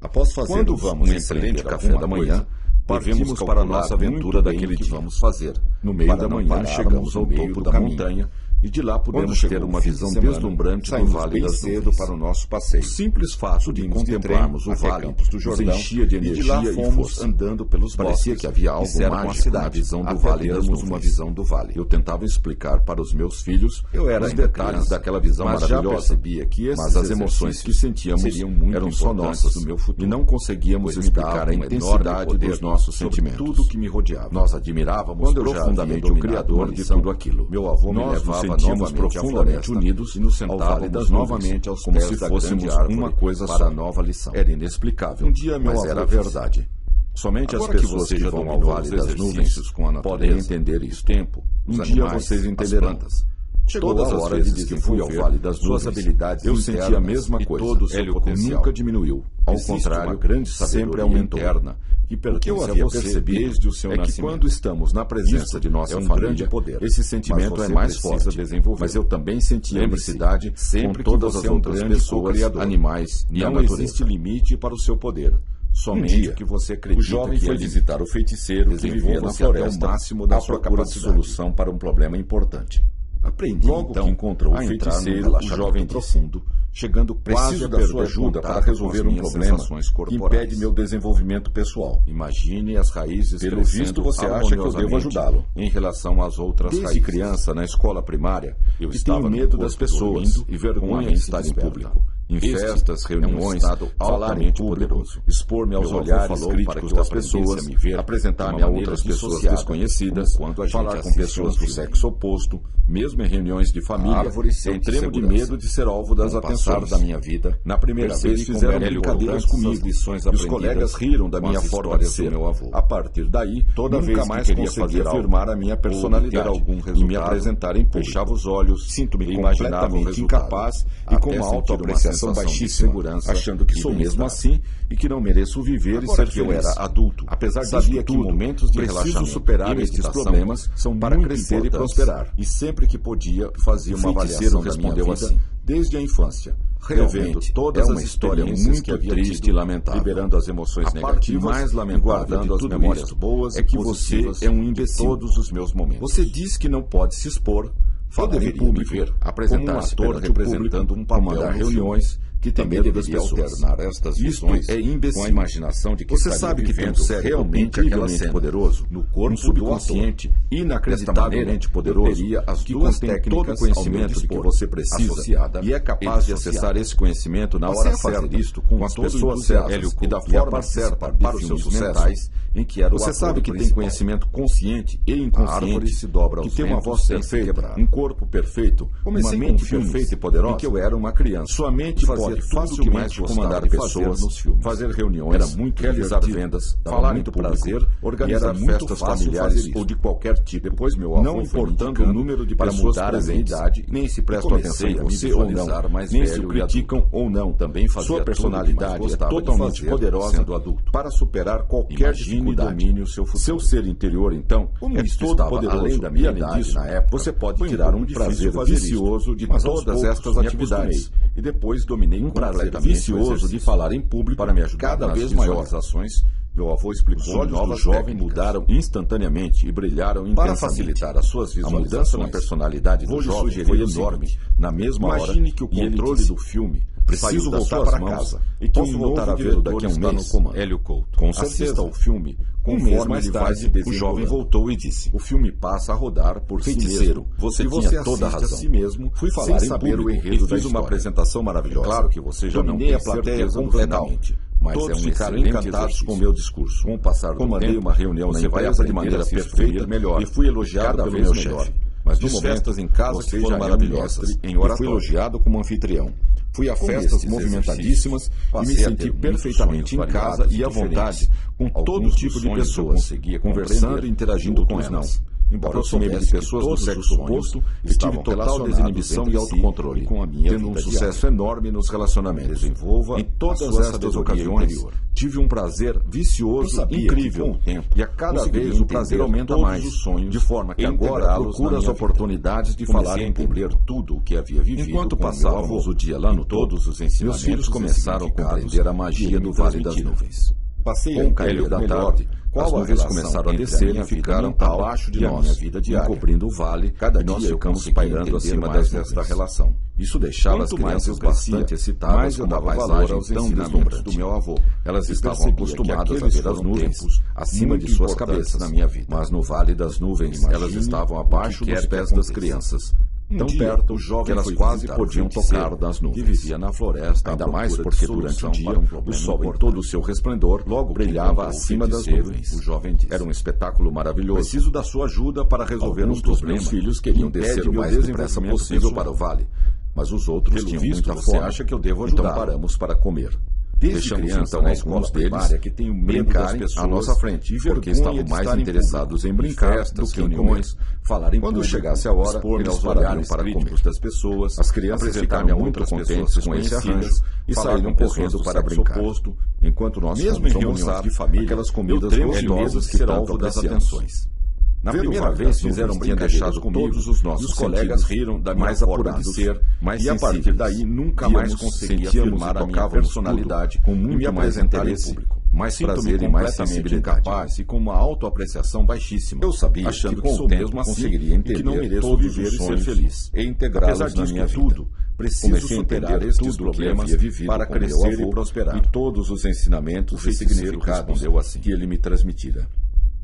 Speaker 1: Após fazer
Speaker 2: Quando
Speaker 1: um
Speaker 2: vamos
Speaker 1: excelente
Speaker 2: empreender
Speaker 1: café da
Speaker 2: alguma
Speaker 1: manhã,
Speaker 2: coisa,
Speaker 1: partimos
Speaker 2: devemos
Speaker 1: para a
Speaker 2: calcular
Speaker 1: nossa aventura
Speaker 2: muito bem
Speaker 1: daquele
Speaker 2: o que
Speaker 1: dia.
Speaker 2: vamos fazer
Speaker 1: No meio
Speaker 2: para
Speaker 1: da
Speaker 2: não
Speaker 1: manhã
Speaker 2: pararmos
Speaker 1: chegamos ao
Speaker 2: no meio
Speaker 1: topo
Speaker 2: do
Speaker 1: da
Speaker 2: caminho.
Speaker 1: montanha e de lá
Speaker 2: Quando
Speaker 1: podemos ter
Speaker 2: chegou
Speaker 1: uma
Speaker 2: o fim de
Speaker 1: visão
Speaker 2: semana,
Speaker 1: deslumbrante do
Speaker 2: saímos
Speaker 1: Vale
Speaker 2: bem
Speaker 1: das
Speaker 2: cedo
Speaker 1: Nuvens.
Speaker 2: para o nosso passeio.
Speaker 1: O simples fato de
Speaker 2: Subimos de
Speaker 1: contemplarmos
Speaker 2: trem
Speaker 1: o
Speaker 2: até
Speaker 1: vale
Speaker 2: Campos do
Speaker 1: nos
Speaker 2: Jordão
Speaker 1: enchia de
Speaker 2: e de
Speaker 1: energia
Speaker 2: lá fomos
Speaker 1: força.
Speaker 2: andando pelos
Speaker 1: Parecia
Speaker 2: bosques
Speaker 1: que havia
Speaker 2: que
Speaker 1: algo
Speaker 2: cercam a
Speaker 1: mágico na
Speaker 2: cidade,
Speaker 1: visão do
Speaker 2: até
Speaker 1: Vale das
Speaker 2: termos
Speaker 1: Nuvens.
Speaker 2: uma visão do vale.
Speaker 1: Eu tentava explicar para os meus filhos
Speaker 2: Eu era
Speaker 1: os
Speaker 2: ainda
Speaker 1: detalhes
Speaker 2: criança,
Speaker 1: daquela visão
Speaker 2: mas já
Speaker 1: maravilhosa,
Speaker 2: percebia que esses
Speaker 1: mas as emoções
Speaker 2: exercícios
Speaker 1: que sentíamos
Speaker 2: seriam muito
Speaker 1: eram só
Speaker 2: importantes
Speaker 1: nossas
Speaker 2: no meu
Speaker 1: e
Speaker 2: futuro,
Speaker 1: não conseguíamos
Speaker 2: pois me
Speaker 1: explicar
Speaker 2: dava
Speaker 1: a
Speaker 2: um enorme
Speaker 1: intensidade
Speaker 2: poder
Speaker 1: dos nossos
Speaker 2: sobre
Speaker 1: sentimentos.
Speaker 2: tudo que me rodeava.
Speaker 1: Nós admirávamos
Speaker 2: Quando eu já
Speaker 1: profundamente
Speaker 2: havia
Speaker 1: o
Speaker 2: dominado
Speaker 1: Criador
Speaker 2: uma
Speaker 1: de
Speaker 2: lição,
Speaker 1: tudo aquilo.
Speaker 2: meu avô me
Speaker 1: Nós nos
Speaker 2: levava
Speaker 1: sentíamos
Speaker 2: novamente à
Speaker 1: profundamente
Speaker 2: floresta
Speaker 1: unidos
Speaker 2: e nos
Speaker 1: ao
Speaker 2: sentávamos
Speaker 1: Vale das
Speaker 2: nuvens,
Speaker 1: novamente aos
Speaker 2: como
Speaker 1: pés
Speaker 2: se
Speaker 1: da
Speaker 2: fôssemos
Speaker 1: grande árvore
Speaker 2: uma coisa
Speaker 1: para
Speaker 2: só.
Speaker 1: a nova lição.
Speaker 2: Era
Speaker 1: inexplicável,
Speaker 2: Um dia, meu
Speaker 1: mas
Speaker 2: avô
Speaker 1: era
Speaker 2: disse,
Speaker 1: verdade. Somente
Speaker 2: Agora
Speaker 1: as
Speaker 2: que
Speaker 1: pessoas
Speaker 2: você
Speaker 1: que,
Speaker 2: já
Speaker 1: vão ao
Speaker 2: dominou
Speaker 1: Vale
Speaker 2: os
Speaker 1: das Nuvens
Speaker 2: exercícios com a
Speaker 1: podem
Speaker 2: natureza,
Speaker 1: entender
Speaker 2: o
Speaker 1: isto.
Speaker 2: tempo,
Speaker 1: um
Speaker 2: os
Speaker 1: dia
Speaker 2: animais,
Speaker 1: vocês
Speaker 2: as
Speaker 1: entenderão.
Speaker 2: plantas.
Speaker 1: Chegou
Speaker 2: Todas
Speaker 1: a
Speaker 2: as
Speaker 1: hora
Speaker 2: vezes
Speaker 1: de
Speaker 2: que
Speaker 1: fui ao
Speaker 2: desenvolver
Speaker 1: Vale das
Speaker 2: suas
Speaker 1: Nuvens,
Speaker 2: habilidades
Speaker 1: eu senti a
Speaker 2: internas
Speaker 1: mesma
Speaker 2: e
Speaker 1: coisa.
Speaker 2: todo o seu
Speaker 1: Ele é
Speaker 2: potencial.
Speaker 1: nunca diminuiu. Ao
Speaker 2: Existe
Speaker 1: contrário,
Speaker 2: uma grande
Speaker 1: sempre é um
Speaker 2: sabedoria
Speaker 1: aumentou.
Speaker 2: interna
Speaker 1: que
Speaker 2: que
Speaker 1: o que eu
Speaker 2: pertence a
Speaker 1: havia
Speaker 2: você
Speaker 1: percebido
Speaker 2: desde o seu
Speaker 1: é que
Speaker 2: nascimento.
Speaker 1: quando estamos na presença
Speaker 2: Isto
Speaker 1: de nossa
Speaker 2: é um
Speaker 1: família,
Speaker 2: grande poder,
Speaker 1: esse
Speaker 2: mas
Speaker 1: sentimento é
Speaker 2: você
Speaker 1: mais
Speaker 2: precisa
Speaker 1: forte.
Speaker 2: desenvolver.
Speaker 1: Mas eu também senti a
Speaker 2: Lembre-se,
Speaker 1: necessidade
Speaker 2: sempre
Speaker 1: com
Speaker 2: que
Speaker 1: todas
Speaker 2: você
Speaker 1: as
Speaker 2: é um
Speaker 1: outras
Speaker 2: grande
Speaker 1: pessoas,
Speaker 2: co-criador.
Speaker 1: animais e a
Speaker 2: Não
Speaker 1: natureza.
Speaker 2: existe limite para o seu poder.
Speaker 1: Somente
Speaker 2: dia,
Speaker 1: o que você acredita
Speaker 2: o jovem
Speaker 1: que
Speaker 2: foi
Speaker 1: é
Speaker 2: visitar
Speaker 1: o feiticeiro que vivia na floresta
Speaker 2: ao máximo da
Speaker 1: à
Speaker 2: sua
Speaker 1: procura de
Speaker 2: capacidade.
Speaker 1: solução para um problema importante.
Speaker 2: Aprendi
Speaker 1: Logo
Speaker 2: então
Speaker 1: que encontrou
Speaker 2: a
Speaker 1: o
Speaker 2: entrar num
Speaker 1: feiticeiro, o
Speaker 2: relaxamento
Speaker 1: jovem disse,
Speaker 2: profundo, chegando quase
Speaker 1: Preciso
Speaker 2: a
Speaker 1: da sua
Speaker 2: perder
Speaker 1: ajuda
Speaker 2: contato
Speaker 1: para resolver
Speaker 2: com
Speaker 1: um
Speaker 2: as minhas
Speaker 1: problema
Speaker 2: sensações
Speaker 1: que
Speaker 2: corporais.
Speaker 1: impede meu desenvolvimento pessoal.
Speaker 2: Imagine as raízes
Speaker 1: Pelo
Speaker 2: crescendo
Speaker 1: visto, você acha que eu devo
Speaker 2: harmoniosamente
Speaker 1: ajudá-lo.
Speaker 2: Em relação às outras
Speaker 1: Desde
Speaker 2: raízes.
Speaker 1: criança, na escola primária,
Speaker 2: Eu
Speaker 1: e
Speaker 2: estava
Speaker 1: tenho
Speaker 2: no
Speaker 1: medo das
Speaker 2: corpo
Speaker 1: pessoas
Speaker 2: dormindo e vergonha
Speaker 1: com a
Speaker 2: de
Speaker 1: mente
Speaker 2: se
Speaker 1: estar em
Speaker 2: despertar.
Speaker 1: público. Em
Speaker 2: Este
Speaker 1: festas,
Speaker 2: é um
Speaker 1: reuniões,
Speaker 2: estado
Speaker 1: falar em
Speaker 2: altamente
Speaker 1: público,
Speaker 2: poderoso.
Speaker 1: expor-me aos
Speaker 2: Meu avô
Speaker 1: olhares
Speaker 2: falou para
Speaker 1: críticos
Speaker 2: que eu
Speaker 1: das
Speaker 2: aprendesse a
Speaker 1: pessoas,
Speaker 2: me ver
Speaker 1: apresentar-me
Speaker 2: de
Speaker 1: a
Speaker 2: uma
Speaker 1: outras
Speaker 2: maneira
Speaker 1: pessoas
Speaker 2: dissociada,
Speaker 1: desconhecidas,
Speaker 2: enquanto a gente
Speaker 1: falar com
Speaker 2: assiste
Speaker 1: pessoas
Speaker 2: um
Speaker 1: do
Speaker 2: filme.
Speaker 1: sexo oposto, mesmo em reuniões de
Speaker 2: A
Speaker 1: família,
Speaker 2: árvore
Speaker 1: eu
Speaker 2: sente
Speaker 1: tremo de
Speaker 2: segurança.
Speaker 1: medo de ser alvo das
Speaker 2: Com o passar
Speaker 1: atenções.
Speaker 2: da minha vida,
Speaker 1: na primeira
Speaker 2: percebi
Speaker 1: vez
Speaker 2: como
Speaker 1: fizeram
Speaker 2: eram
Speaker 1: brincadeiras
Speaker 2: importantes as
Speaker 1: comigo,
Speaker 2: lições
Speaker 1: e os
Speaker 2: aprendidas
Speaker 1: colegas riram da
Speaker 2: com
Speaker 1: minha
Speaker 2: as
Speaker 1: forma de
Speaker 2: histórias do
Speaker 1: ser.
Speaker 2: meu avô.
Speaker 1: A partir daí,
Speaker 2: Toda
Speaker 1: nunca
Speaker 2: vez que
Speaker 1: mais
Speaker 2: queria
Speaker 1: consegui
Speaker 2: fazer algo,
Speaker 1: afirmar a minha
Speaker 2: ou obter
Speaker 1: personalidade
Speaker 2: algum
Speaker 1: e me
Speaker 2: resultado,
Speaker 1: apresentar em público.
Speaker 2: fechava os olhos,
Speaker 1: sinto-me
Speaker 2: completamente
Speaker 1: imaginava um
Speaker 2: resultado,
Speaker 1: incapaz e
Speaker 2: até
Speaker 1: com uma
Speaker 2: sentir uma
Speaker 1: autoapreciação
Speaker 2: sensação de
Speaker 1: baixíssima,
Speaker 2: segurança
Speaker 1: achando que
Speaker 2: e
Speaker 1: sou mesmo
Speaker 2: bem-estar.
Speaker 1: assim e que não mereço viver
Speaker 2: Agora
Speaker 1: e ser
Speaker 2: que eu
Speaker 1: feliz.
Speaker 2: era adulto,
Speaker 1: apesar disso
Speaker 2: sabia que
Speaker 1: tudo,
Speaker 2: momentos de
Speaker 1: preciso
Speaker 2: relaxamento
Speaker 1: superar
Speaker 2: e
Speaker 1: estes
Speaker 2: meditação
Speaker 1: problemas
Speaker 2: são
Speaker 1: para
Speaker 2: muito
Speaker 1: crescer e
Speaker 2: importantes.
Speaker 1: prosperar.
Speaker 2: E sempre que podia, fazia
Speaker 1: O
Speaker 2: uma
Speaker 1: feiticeiro
Speaker 2: avaliação da minha
Speaker 1: respondeu
Speaker 2: vida
Speaker 1: assim,
Speaker 2: desde a infância,
Speaker 1: Realmente,
Speaker 2: revendo todas
Speaker 1: é
Speaker 2: as
Speaker 1: uma história
Speaker 2: experiências
Speaker 1: muito
Speaker 2: que havia
Speaker 1: triste
Speaker 2: tido,
Speaker 1: e lamentável.
Speaker 2: liberando as emoções
Speaker 1: A parte
Speaker 2: negativas
Speaker 1: mais
Speaker 2: e
Speaker 1: lamentável de
Speaker 2: guardando as
Speaker 1: tudo
Speaker 2: memórias
Speaker 1: isto
Speaker 2: boas
Speaker 1: é
Speaker 2: e
Speaker 1: que você
Speaker 2: positivas
Speaker 1: é um
Speaker 2: de
Speaker 1: imbecil.
Speaker 2: todos os meus momentos.
Speaker 1: Você diz que não pode se expor, falar em
Speaker 2: deveria
Speaker 1: público,
Speaker 2: me ver
Speaker 1: apresentar-se
Speaker 2: como um
Speaker 1: ator
Speaker 2: ator
Speaker 1: representando um papel
Speaker 2: comandar
Speaker 1: nas reuniões que tem
Speaker 2: Também
Speaker 1: medo das
Speaker 2: deveria
Speaker 1: pessoas.
Speaker 2: alternar estas
Speaker 1: Isto
Speaker 2: visões
Speaker 1: é imbecil.
Speaker 2: com a imaginação de que
Speaker 1: Você
Speaker 2: estaria
Speaker 1: sabe que
Speaker 2: vivendo
Speaker 1: temos cérebro
Speaker 2: realmente aquela
Speaker 1: incrivelmente
Speaker 2: cena
Speaker 1: poderoso
Speaker 2: no corpo
Speaker 1: um subconsciente
Speaker 2: do ator.
Speaker 1: inacreditavelmente
Speaker 2: Desta maneira, eu
Speaker 1: poderoso
Speaker 2: teria as
Speaker 1: que
Speaker 2: duas
Speaker 1: contém
Speaker 2: técnicas
Speaker 1: todo o
Speaker 2: ao
Speaker 1: conhecimento
Speaker 2: meu
Speaker 1: de que
Speaker 2: dispor,
Speaker 1: você precisa
Speaker 2: associada
Speaker 1: e é capaz
Speaker 2: e
Speaker 1: de acessar
Speaker 2: dissociada.
Speaker 1: esse conhecimento na
Speaker 2: Você
Speaker 1: hora
Speaker 2: a fazer
Speaker 1: certa,
Speaker 2: isto com
Speaker 1: com as
Speaker 2: todo o
Speaker 1: pessoas
Speaker 2: entusiasmo
Speaker 1: certas
Speaker 2: e
Speaker 1: e
Speaker 2: da
Speaker 1: da
Speaker 2: forma
Speaker 1: forma
Speaker 2: certa
Speaker 1: certa
Speaker 2: de
Speaker 1: para os seus
Speaker 2: filmes
Speaker 1: sucessos
Speaker 2: mentais
Speaker 1: em que era o
Speaker 2: Você
Speaker 1: ator
Speaker 2: sabe que tem
Speaker 1: principal.
Speaker 2: conhecimento consciente e inconsciente.
Speaker 1: A árvore se dobra
Speaker 2: que
Speaker 1: aos
Speaker 2: tem uma
Speaker 1: ventos
Speaker 2: voz
Speaker 1: sem se
Speaker 2: perfeita,
Speaker 1: quebrar.
Speaker 2: um corpo perfeito,
Speaker 1: Comecei
Speaker 2: uma
Speaker 1: com
Speaker 2: mente
Speaker 1: filmes
Speaker 2: perfeita e poderosa.
Speaker 1: em que eu era uma criança.
Speaker 2: Sua mente
Speaker 1: E fazia
Speaker 2: pode
Speaker 1: tudo o que
Speaker 2: facilmente
Speaker 1: mais gostava
Speaker 2: comandar
Speaker 1: de fazer
Speaker 2: pessoas,
Speaker 1: nos filmes.
Speaker 2: fazer reuniões,
Speaker 1: Era muito
Speaker 2: realizar
Speaker 1: divertido,
Speaker 2: vendas,
Speaker 1: dava
Speaker 2: falar
Speaker 1: muito
Speaker 2: em prazer,
Speaker 1: público, e
Speaker 2: organizar
Speaker 1: era muito
Speaker 2: festas
Speaker 1: fácil fazer
Speaker 2: familiares
Speaker 1: isso.
Speaker 2: ou de qualquer tipo.
Speaker 1: Depois meu avô foi
Speaker 2: não importando o
Speaker 1: indicando
Speaker 2: número de
Speaker 1: para
Speaker 2: pessoas
Speaker 1: mudar a minha
Speaker 2: presentes,
Speaker 1: idade,
Speaker 2: nem se prestam
Speaker 1: comecei
Speaker 2: atenção em
Speaker 1: a me
Speaker 2: você ou
Speaker 1: visualizar
Speaker 2: não,
Speaker 1: mais
Speaker 2: nem
Speaker 1: velho
Speaker 2: se
Speaker 1: e
Speaker 2: criticam ou não.
Speaker 1: Também fazia
Speaker 2: Sua
Speaker 1: tudo o que mais
Speaker 2: personalidade é
Speaker 1: gostava de
Speaker 2: totalmente
Speaker 1: fazer
Speaker 2: poderosa
Speaker 1: sendo adulto.
Speaker 2: para superar qualquer
Speaker 1: Imagine e
Speaker 2: dificuldade.
Speaker 1: domine o seu futuro.
Speaker 2: seu ser interior, então,
Speaker 1: Como
Speaker 2: é
Speaker 1: isto
Speaker 2: todo
Speaker 1: estava
Speaker 2: poderoso.
Speaker 1: além da minha
Speaker 2: e além
Speaker 1: idade
Speaker 2: disso,
Speaker 1: na época,
Speaker 2: você pode
Speaker 1: foi
Speaker 2: tirar um
Speaker 1: muito difícil
Speaker 2: prazer
Speaker 1: fazer isto.
Speaker 2: vicioso de
Speaker 1: Mas aos
Speaker 2: todas
Speaker 1: poucos
Speaker 2: estas
Speaker 1: me
Speaker 2: atividades.
Speaker 1: acostumei.
Speaker 2: E depois dominei
Speaker 1: um prazer
Speaker 2: completamente o
Speaker 1: vicioso
Speaker 2: exercício.
Speaker 1: de falar em público
Speaker 2: para me ajudar
Speaker 1: cada
Speaker 2: nas
Speaker 1: vez maior.
Speaker 2: visualizações, Meu avô explicou
Speaker 1: Os olhos
Speaker 2: novas
Speaker 1: do jovem
Speaker 2: técnicas.
Speaker 1: mudaram instantaneamente e brilharam
Speaker 2: Para
Speaker 1: intensamente.
Speaker 2: facilitar as suas
Speaker 1: a mudança na
Speaker 2: visualizações,
Speaker 1: personalidade do
Speaker 2: vou lhe
Speaker 1: jovem
Speaker 2: sugerir
Speaker 1: foi
Speaker 2: o
Speaker 1: enorme.
Speaker 2: seguinte.
Speaker 1: Na mesma
Speaker 2: Imagine
Speaker 1: hora,
Speaker 2: que o
Speaker 1: e ele
Speaker 2: controle
Speaker 1: disse,
Speaker 2: do filme
Speaker 1: preciso
Speaker 2: saiu das
Speaker 1: voltar
Speaker 2: suas
Speaker 1: para
Speaker 2: mãos
Speaker 1: casa
Speaker 2: e que
Speaker 1: posso
Speaker 2: um
Speaker 1: voltar
Speaker 2: novo
Speaker 1: a vê-lo daqui a
Speaker 2: diretor
Speaker 1: um
Speaker 2: está
Speaker 1: mês.
Speaker 2: no comando.
Speaker 1: Hélio Couto.
Speaker 2: Com
Speaker 1: Assista
Speaker 2: certeza.
Speaker 1: ao filme.
Speaker 2: Um
Speaker 1: Com
Speaker 2: mês
Speaker 1: forma
Speaker 2: mais
Speaker 1: mais
Speaker 2: tarde,
Speaker 1: tarde, o jovem
Speaker 2: desenrolando.
Speaker 1: voltou e disse:
Speaker 2: o filme passa a rodar por
Speaker 1: Feiticeiro,
Speaker 2: si mesmo.
Speaker 1: você
Speaker 2: e
Speaker 1: tinha
Speaker 2: você
Speaker 1: toda a
Speaker 2: assiste
Speaker 1: razão.
Speaker 2: si mesmo,
Speaker 1: Fui falar
Speaker 2: sem
Speaker 1: em
Speaker 2: saber o
Speaker 1: público
Speaker 2: enredo
Speaker 1: e
Speaker 2: da
Speaker 1: fiz uma
Speaker 2: história.
Speaker 1: apresentação maravilhosa.
Speaker 2: É claro que você já não
Speaker 1: Dominei
Speaker 2: tem
Speaker 1: a plateia
Speaker 2: certeza do
Speaker 1: completamente,
Speaker 2: final.
Speaker 1: mas
Speaker 2: Todos
Speaker 1: é um
Speaker 2: ficaram
Speaker 1: excelente
Speaker 2: encantados
Speaker 1: exercício.
Speaker 2: com o meu discurso.
Speaker 1: Com o passar do
Speaker 2: Comandei
Speaker 1: tempo,
Speaker 2: uma reunião na
Speaker 1: você vai
Speaker 2: empresa de
Speaker 1: aprender
Speaker 2: maneira
Speaker 1: a se
Speaker 2: perfeita
Speaker 1: exprimir melhor
Speaker 2: e fui elogiado
Speaker 1: cada
Speaker 2: pelo
Speaker 1: vez
Speaker 2: meu
Speaker 1: melhor.
Speaker 2: chefe.
Speaker 1: Mas
Speaker 2: Diz
Speaker 1: no
Speaker 2: festas
Speaker 1: momento,
Speaker 2: em casa
Speaker 1: você
Speaker 2: que foram
Speaker 1: já é um
Speaker 2: maravilhosas
Speaker 1: mestre em
Speaker 2: e fui
Speaker 1: oratória.
Speaker 2: elogiado como anfitrião. Fui a
Speaker 1: Com
Speaker 2: festas
Speaker 1: estes
Speaker 2: movimentadíssimas
Speaker 1: exercícios,
Speaker 2: e me
Speaker 1: passei a ter
Speaker 2: senti
Speaker 1: muitos
Speaker 2: perfeitamente em
Speaker 1: sonhos
Speaker 2: casa
Speaker 1: variados
Speaker 2: e à
Speaker 1: e
Speaker 2: vontade
Speaker 1: diferentes.
Speaker 2: com todo
Speaker 1: Alguns
Speaker 2: tipo
Speaker 1: dos
Speaker 2: de
Speaker 1: sonhos eu
Speaker 2: pessoas,
Speaker 1: conseguia
Speaker 2: conversando
Speaker 1: compreender,
Speaker 2: e interagindo com
Speaker 1: outros não.
Speaker 2: elas. Embora eu
Speaker 1: Aproximei-me
Speaker 2: soubesse de pessoas do sexo oposto, tive total desinibição e autocontrole,
Speaker 1: com a minha
Speaker 2: tendo um
Speaker 1: vida
Speaker 2: sucesso enorme nos relacionamentos.
Speaker 1: Desenvolva
Speaker 2: em
Speaker 1: a
Speaker 2: todas
Speaker 1: sua
Speaker 2: estas
Speaker 1: sabedoria
Speaker 2: ocasiões,
Speaker 1: interior.
Speaker 2: tive um prazer
Speaker 1: Eu
Speaker 2: vicioso,
Speaker 1: sabia que com o
Speaker 2: incrível.
Speaker 1: tempo
Speaker 2: e a cada
Speaker 1: conseguiria
Speaker 2: vez o
Speaker 1: entender
Speaker 2: prazer aumenta
Speaker 1: todos
Speaker 2: mais,
Speaker 1: os sonhos
Speaker 2: de forma que
Speaker 1: e
Speaker 2: agora
Speaker 1: integrá-los na
Speaker 2: procuro as
Speaker 1: minha vida.
Speaker 2: oportunidades de
Speaker 1: Comecei
Speaker 2: falar
Speaker 1: a
Speaker 2: e
Speaker 1: entender
Speaker 2: entender tudo o que havia vivido.
Speaker 1: Enquanto
Speaker 2: com meu
Speaker 1: passávamos
Speaker 2: avô
Speaker 1: o dia lá no
Speaker 2: e
Speaker 1: topo,
Speaker 2: todos os ensinamentos
Speaker 1: meus filhos
Speaker 2: e
Speaker 1: começaram a
Speaker 2: significados
Speaker 1: compreender a magia
Speaker 2: que ele
Speaker 1: do
Speaker 2: me
Speaker 1: Vale das
Speaker 2: transmitiram.
Speaker 1: Nuvens.
Speaker 2: Passei
Speaker 1: Com
Speaker 2: a
Speaker 1: o cair
Speaker 2: entender
Speaker 1: da
Speaker 2: melhor
Speaker 1: tarde, as
Speaker 2: qual a
Speaker 1: nuvens
Speaker 2: relação
Speaker 1: começaram a
Speaker 2: entre
Speaker 1: descer
Speaker 2: minha
Speaker 1: e
Speaker 2: vida
Speaker 1: ficaram
Speaker 2: mental
Speaker 1: abaixo de
Speaker 2: e a minha
Speaker 1: nós,
Speaker 2: vida diária.
Speaker 1: encobrindo o vale,
Speaker 2: Cada
Speaker 1: e nós
Speaker 2: dia eu
Speaker 1: ficamos
Speaker 2: conseguia
Speaker 1: pairando
Speaker 2: entender
Speaker 1: acima
Speaker 2: mais
Speaker 1: das desta
Speaker 2: nuvens.
Speaker 1: relação.
Speaker 2: Isso deixava
Speaker 1: Quanto
Speaker 2: as
Speaker 1: mais
Speaker 2: crianças
Speaker 1: eu crescia,
Speaker 2: bastante excitadas
Speaker 1: mais eu
Speaker 2: com a
Speaker 1: dava valor
Speaker 2: paisagem
Speaker 1: aos
Speaker 2: tão
Speaker 1: ensinamentos
Speaker 2: deslumbrante
Speaker 1: do meu avô.
Speaker 2: Elas
Speaker 1: Eu
Speaker 2: estavam
Speaker 1: percebia que
Speaker 2: acostumadas a
Speaker 1: aqueles
Speaker 2: ver as
Speaker 1: foram
Speaker 2: nuvens
Speaker 1: tempos
Speaker 2: acima
Speaker 1: muito
Speaker 2: de suas
Speaker 1: importantes
Speaker 2: cabeças
Speaker 1: na minha vida.
Speaker 2: Mas no vale das nuvens,
Speaker 1: Imagine
Speaker 2: elas estavam
Speaker 1: o
Speaker 2: abaixo
Speaker 1: que
Speaker 2: dos
Speaker 1: quer que
Speaker 2: pés das
Speaker 1: aconteça.
Speaker 2: crianças.
Speaker 1: Um
Speaker 2: Tão
Speaker 1: dia,
Speaker 2: perto
Speaker 1: o jovem
Speaker 2: que elas
Speaker 1: foi
Speaker 2: quase
Speaker 1: visitar o
Speaker 2: podiam
Speaker 1: feiticeiro
Speaker 2: tocar das
Speaker 1: que
Speaker 2: nuvens.
Speaker 1: vivia na floresta,
Speaker 2: Ainda
Speaker 1: à
Speaker 2: mais
Speaker 1: procura
Speaker 2: porque
Speaker 1: de
Speaker 2: durante o
Speaker 1: solução
Speaker 2: dia
Speaker 1: para um
Speaker 2: o
Speaker 1: problema
Speaker 2: sol em
Speaker 1: importante.
Speaker 2: todo o seu resplendor
Speaker 1: Logo
Speaker 2: brilhava
Speaker 1: encontrou o
Speaker 2: acima das
Speaker 1: feiticeiro,
Speaker 2: nuvens.
Speaker 1: o jovem disse.
Speaker 2: Era um espetáculo maravilhoso.
Speaker 1: Preciso
Speaker 2: da sua ajuda para
Speaker 1: resolver
Speaker 2: Alguns
Speaker 1: um
Speaker 2: dos
Speaker 1: problema
Speaker 2: meus filhos queriam
Speaker 1: que
Speaker 2: descer
Speaker 1: impede
Speaker 2: o
Speaker 1: meu
Speaker 2: mais depressa
Speaker 1: desenvolvimento
Speaker 2: possível
Speaker 1: pessoal.
Speaker 2: para o vale, mas os outros
Speaker 1: Pelo
Speaker 2: tinham
Speaker 1: visto,
Speaker 2: muita
Speaker 1: você
Speaker 2: fome.
Speaker 1: acha que eu devo
Speaker 2: Então
Speaker 1: ajudá-lo.
Speaker 2: paramos para comer.
Speaker 1: Desde
Speaker 2: Deixamos
Speaker 1: criança,
Speaker 2: então
Speaker 1: na
Speaker 2: alguns
Speaker 1: escola
Speaker 2: deles
Speaker 1: primária, que tenho medo das
Speaker 2: brincarem
Speaker 1: pessoas
Speaker 2: à nossa frente,
Speaker 1: e
Speaker 2: porque
Speaker 1: vergonha
Speaker 2: estavam
Speaker 1: de
Speaker 2: mais
Speaker 1: estar em
Speaker 2: interessados em
Speaker 1: público,
Speaker 2: brincar
Speaker 1: em festas,
Speaker 2: do que em comer.
Speaker 1: reuniões, falar em
Speaker 2: Quando
Speaker 1: público,
Speaker 2: chegasse a hora,
Speaker 1: expor-me
Speaker 2: eles
Speaker 1: aos
Speaker 2: olharam
Speaker 1: olhares
Speaker 2: para
Speaker 1: críticos
Speaker 2: comer.
Speaker 1: das pessoas,
Speaker 2: As crianças
Speaker 1: apresentaram
Speaker 2: ficaram muito
Speaker 1: outras pessoas
Speaker 2: contentes com esse
Speaker 1: conhecidas
Speaker 2: arranjo e saíram correndo para brincar.
Speaker 1: Oposto,
Speaker 2: enquanto nós
Speaker 1: Mesmo em
Speaker 2: fomos
Speaker 1: reuniões
Speaker 2: almoçar,
Speaker 1: de família,
Speaker 2: aquelas
Speaker 1: eu
Speaker 2: comidas
Speaker 1: tremo de medo
Speaker 2: gostosas
Speaker 1: de
Speaker 2: que
Speaker 1: ser
Speaker 2: tanto
Speaker 1: alvo das
Speaker 2: apreciamos.
Speaker 1: atenções.
Speaker 2: Na
Speaker 1: Ver o
Speaker 2: primeira
Speaker 1: Vale
Speaker 2: vez
Speaker 1: das
Speaker 2: fizeram
Speaker 1: Nuvens tinha
Speaker 2: brincadeiras
Speaker 1: deixado
Speaker 2: comigo,
Speaker 1: todos os
Speaker 2: e
Speaker 1: nossos
Speaker 2: os colegas
Speaker 1: sentidos
Speaker 2: riram da minha
Speaker 1: mais
Speaker 2: forma de
Speaker 1: apurados,
Speaker 2: ser,
Speaker 1: mais
Speaker 2: e a
Speaker 1: sensíveis.
Speaker 2: partir daí nunca mais
Speaker 1: Íamos,
Speaker 2: conseguia
Speaker 1: sentíamos
Speaker 2: afirmar
Speaker 1: e
Speaker 2: a minha
Speaker 1: tocávamos
Speaker 2: personalidade
Speaker 1: tudo com
Speaker 2: e
Speaker 1: muito
Speaker 2: me
Speaker 1: mais
Speaker 2: apresentar em
Speaker 1: interesse,
Speaker 2: público.
Speaker 1: mais
Speaker 2: Sinto-me
Speaker 1: prazer e mais
Speaker 2: completamente
Speaker 1: sensibilidade,
Speaker 2: incapaz
Speaker 1: e com uma autoapreciação baixíssima. Eu sabia
Speaker 2: achando
Speaker 1: que
Speaker 2: que
Speaker 1: com
Speaker 2: sou
Speaker 1: o tempo
Speaker 2: mesmo assim
Speaker 1: conseguiria
Speaker 2: e que
Speaker 1: entender
Speaker 2: não mereço
Speaker 1: todos
Speaker 2: viver
Speaker 1: os
Speaker 2: e ser
Speaker 1: sonhos
Speaker 2: feliz.
Speaker 1: e integrá-los
Speaker 2: Apesar
Speaker 1: na
Speaker 2: disso,
Speaker 1: minha vida.
Speaker 2: contudo, preciso
Speaker 1: Comecei a
Speaker 2: superar
Speaker 1: entender
Speaker 2: estes
Speaker 1: estes
Speaker 2: problemas
Speaker 1: problemas vivido
Speaker 2: para
Speaker 1: com meu
Speaker 2: crescer e
Speaker 1: avô
Speaker 2: prosperar.
Speaker 1: E todos os ensinamentos e
Speaker 2: feiticeiro
Speaker 1: significados
Speaker 2: respondeu assim.
Speaker 1: que ele me transmitira.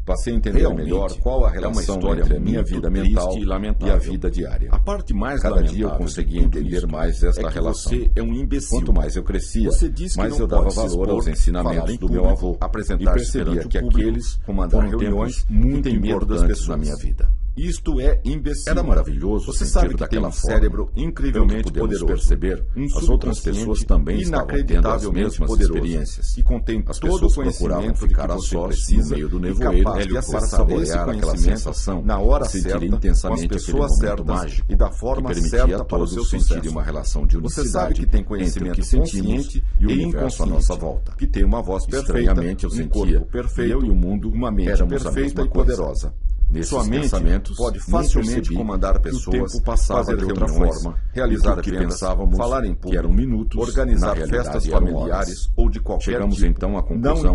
Speaker 1: Passei a entender
Speaker 2: Realmente,
Speaker 1: melhor qual a
Speaker 2: é uma
Speaker 1: relação
Speaker 2: história
Speaker 1: entre a minha
Speaker 2: muito
Speaker 1: vida
Speaker 2: triste
Speaker 1: mental
Speaker 2: e lamentável.
Speaker 1: a vida diária.
Speaker 2: A parte mais
Speaker 1: Cada dia
Speaker 2: lamentável
Speaker 1: eu consegui
Speaker 2: de tudo
Speaker 1: entender
Speaker 2: isto
Speaker 1: mais esta
Speaker 2: é que
Speaker 1: relação.
Speaker 2: Você é um imbecil.
Speaker 1: Quanto mais eu crescia,
Speaker 2: Você diz que
Speaker 1: mais
Speaker 2: não
Speaker 1: eu dava
Speaker 2: pode se
Speaker 1: valor
Speaker 2: expor,
Speaker 1: aos
Speaker 2: falar
Speaker 1: ensinamentos
Speaker 2: em
Speaker 1: do meu
Speaker 2: público,
Speaker 1: avô e
Speaker 2: apresentar-se
Speaker 1: percebia
Speaker 2: perante o
Speaker 1: que
Speaker 2: público,
Speaker 1: aqueles comandaram
Speaker 2: foram
Speaker 1: reuniões
Speaker 2: tempos
Speaker 1: muito
Speaker 2: que têm medo das
Speaker 1: importantes na
Speaker 2: pessoas.
Speaker 1: minha vida.
Speaker 2: Isto é imbecil.
Speaker 1: Era maravilhoso
Speaker 2: Você
Speaker 1: sentir
Speaker 2: sabe que tem
Speaker 1: daquela
Speaker 2: um
Speaker 1: forma.
Speaker 2: cérebro
Speaker 1: Pelo que
Speaker 2: incrivelmente
Speaker 1: podemos
Speaker 2: poderoso.
Speaker 1: perceber,
Speaker 2: um
Speaker 1: as outras
Speaker 2: subconsciente
Speaker 1: pessoas também estavam tendo as
Speaker 2: inacreditavelmente
Speaker 1: mesmas
Speaker 2: poderoso,
Speaker 1: experiências.
Speaker 2: que contém
Speaker 1: As
Speaker 2: todo o
Speaker 1: pessoas procuravam
Speaker 2: conhecimento de
Speaker 1: ficar
Speaker 2: que
Speaker 1: a
Speaker 2: você
Speaker 1: sós
Speaker 2: precisa
Speaker 1: no meio do
Speaker 2: e
Speaker 1: nevoeiro né,
Speaker 2: capaz
Speaker 1: Hélio
Speaker 2: de
Speaker 1: Couto.
Speaker 2: acessar
Speaker 1: saborear
Speaker 2: esse
Speaker 1: aquela
Speaker 2: conhecimento
Speaker 1: sensação,
Speaker 2: na hora
Speaker 1: sentir
Speaker 2: certa,
Speaker 1: intensamente
Speaker 2: com as
Speaker 1: aquele
Speaker 2: pessoas
Speaker 1: momento
Speaker 2: certas
Speaker 1: mágico
Speaker 2: e da
Speaker 1: que
Speaker 2: forma
Speaker 1: permitia
Speaker 2: certa
Speaker 1: a
Speaker 2: para o
Speaker 1: todos
Speaker 2: seu
Speaker 1: sentirem
Speaker 2: sucesso.
Speaker 1: uma relação de
Speaker 2: Você
Speaker 1: unicidade
Speaker 2: sabe que
Speaker 1: entre
Speaker 2: tem
Speaker 1: o
Speaker 2: conhecimento
Speaker 1: que sentimos
Speaker 2: consciente
Speaker 1: e o
Speaker 2: e
Speaker 1: universo à
Speaker 2: inconsciente,
Speaker 1: nossa volta.
Speaker 2: que tem uma voz perfeita,
Speaker 1: Estranhamente eu
Speaker 2: um
Speaker 1: sentia
Speaker 2: corpo perfeito,
Speaker 1: e eu e o mundo
Speaker 2: uma mente
Speaker 1: éramos a
Speaker 2: perfeita
Speaker 1: mesma
Speaker 2: e
Speaker 1: coisa.
Speaker 2: poderosa.
Speaker 1: Nesses
Speaker 2: Sua mente
Speaker 1: pensamentos,
Speaker 2: pode
Speaker 1: nem
Speaker 2: facilmente
Speaker 1: percebi
Speaker 2: comandar
Speaker 1: que o
Speaker 2: pessoas,
Speaker 1: tempo passava
Speaker 2: fazer
Speaker 1: de outra
Speaker 2: reuniões,
Speaker 1: forma, e
Speaker 2: realizar
Speaker 1: que o que
Speaker 2: vendas,
Speaker 1: pensávamos
Speaker 2: falar em
Speaker 1: que
Speaker 2: público,
Speaker 1: eram minutos, na
Speaker 2: organizar
Speaker 1: realidade
Speaker 2: festas
Speaker 1: eram horas.
Speaker 2: familiares ou de qualquer
Speaker 1: Chegamos
Speaker 2: tipo,
Speaker 1: então à conclusão
Speaker 2: não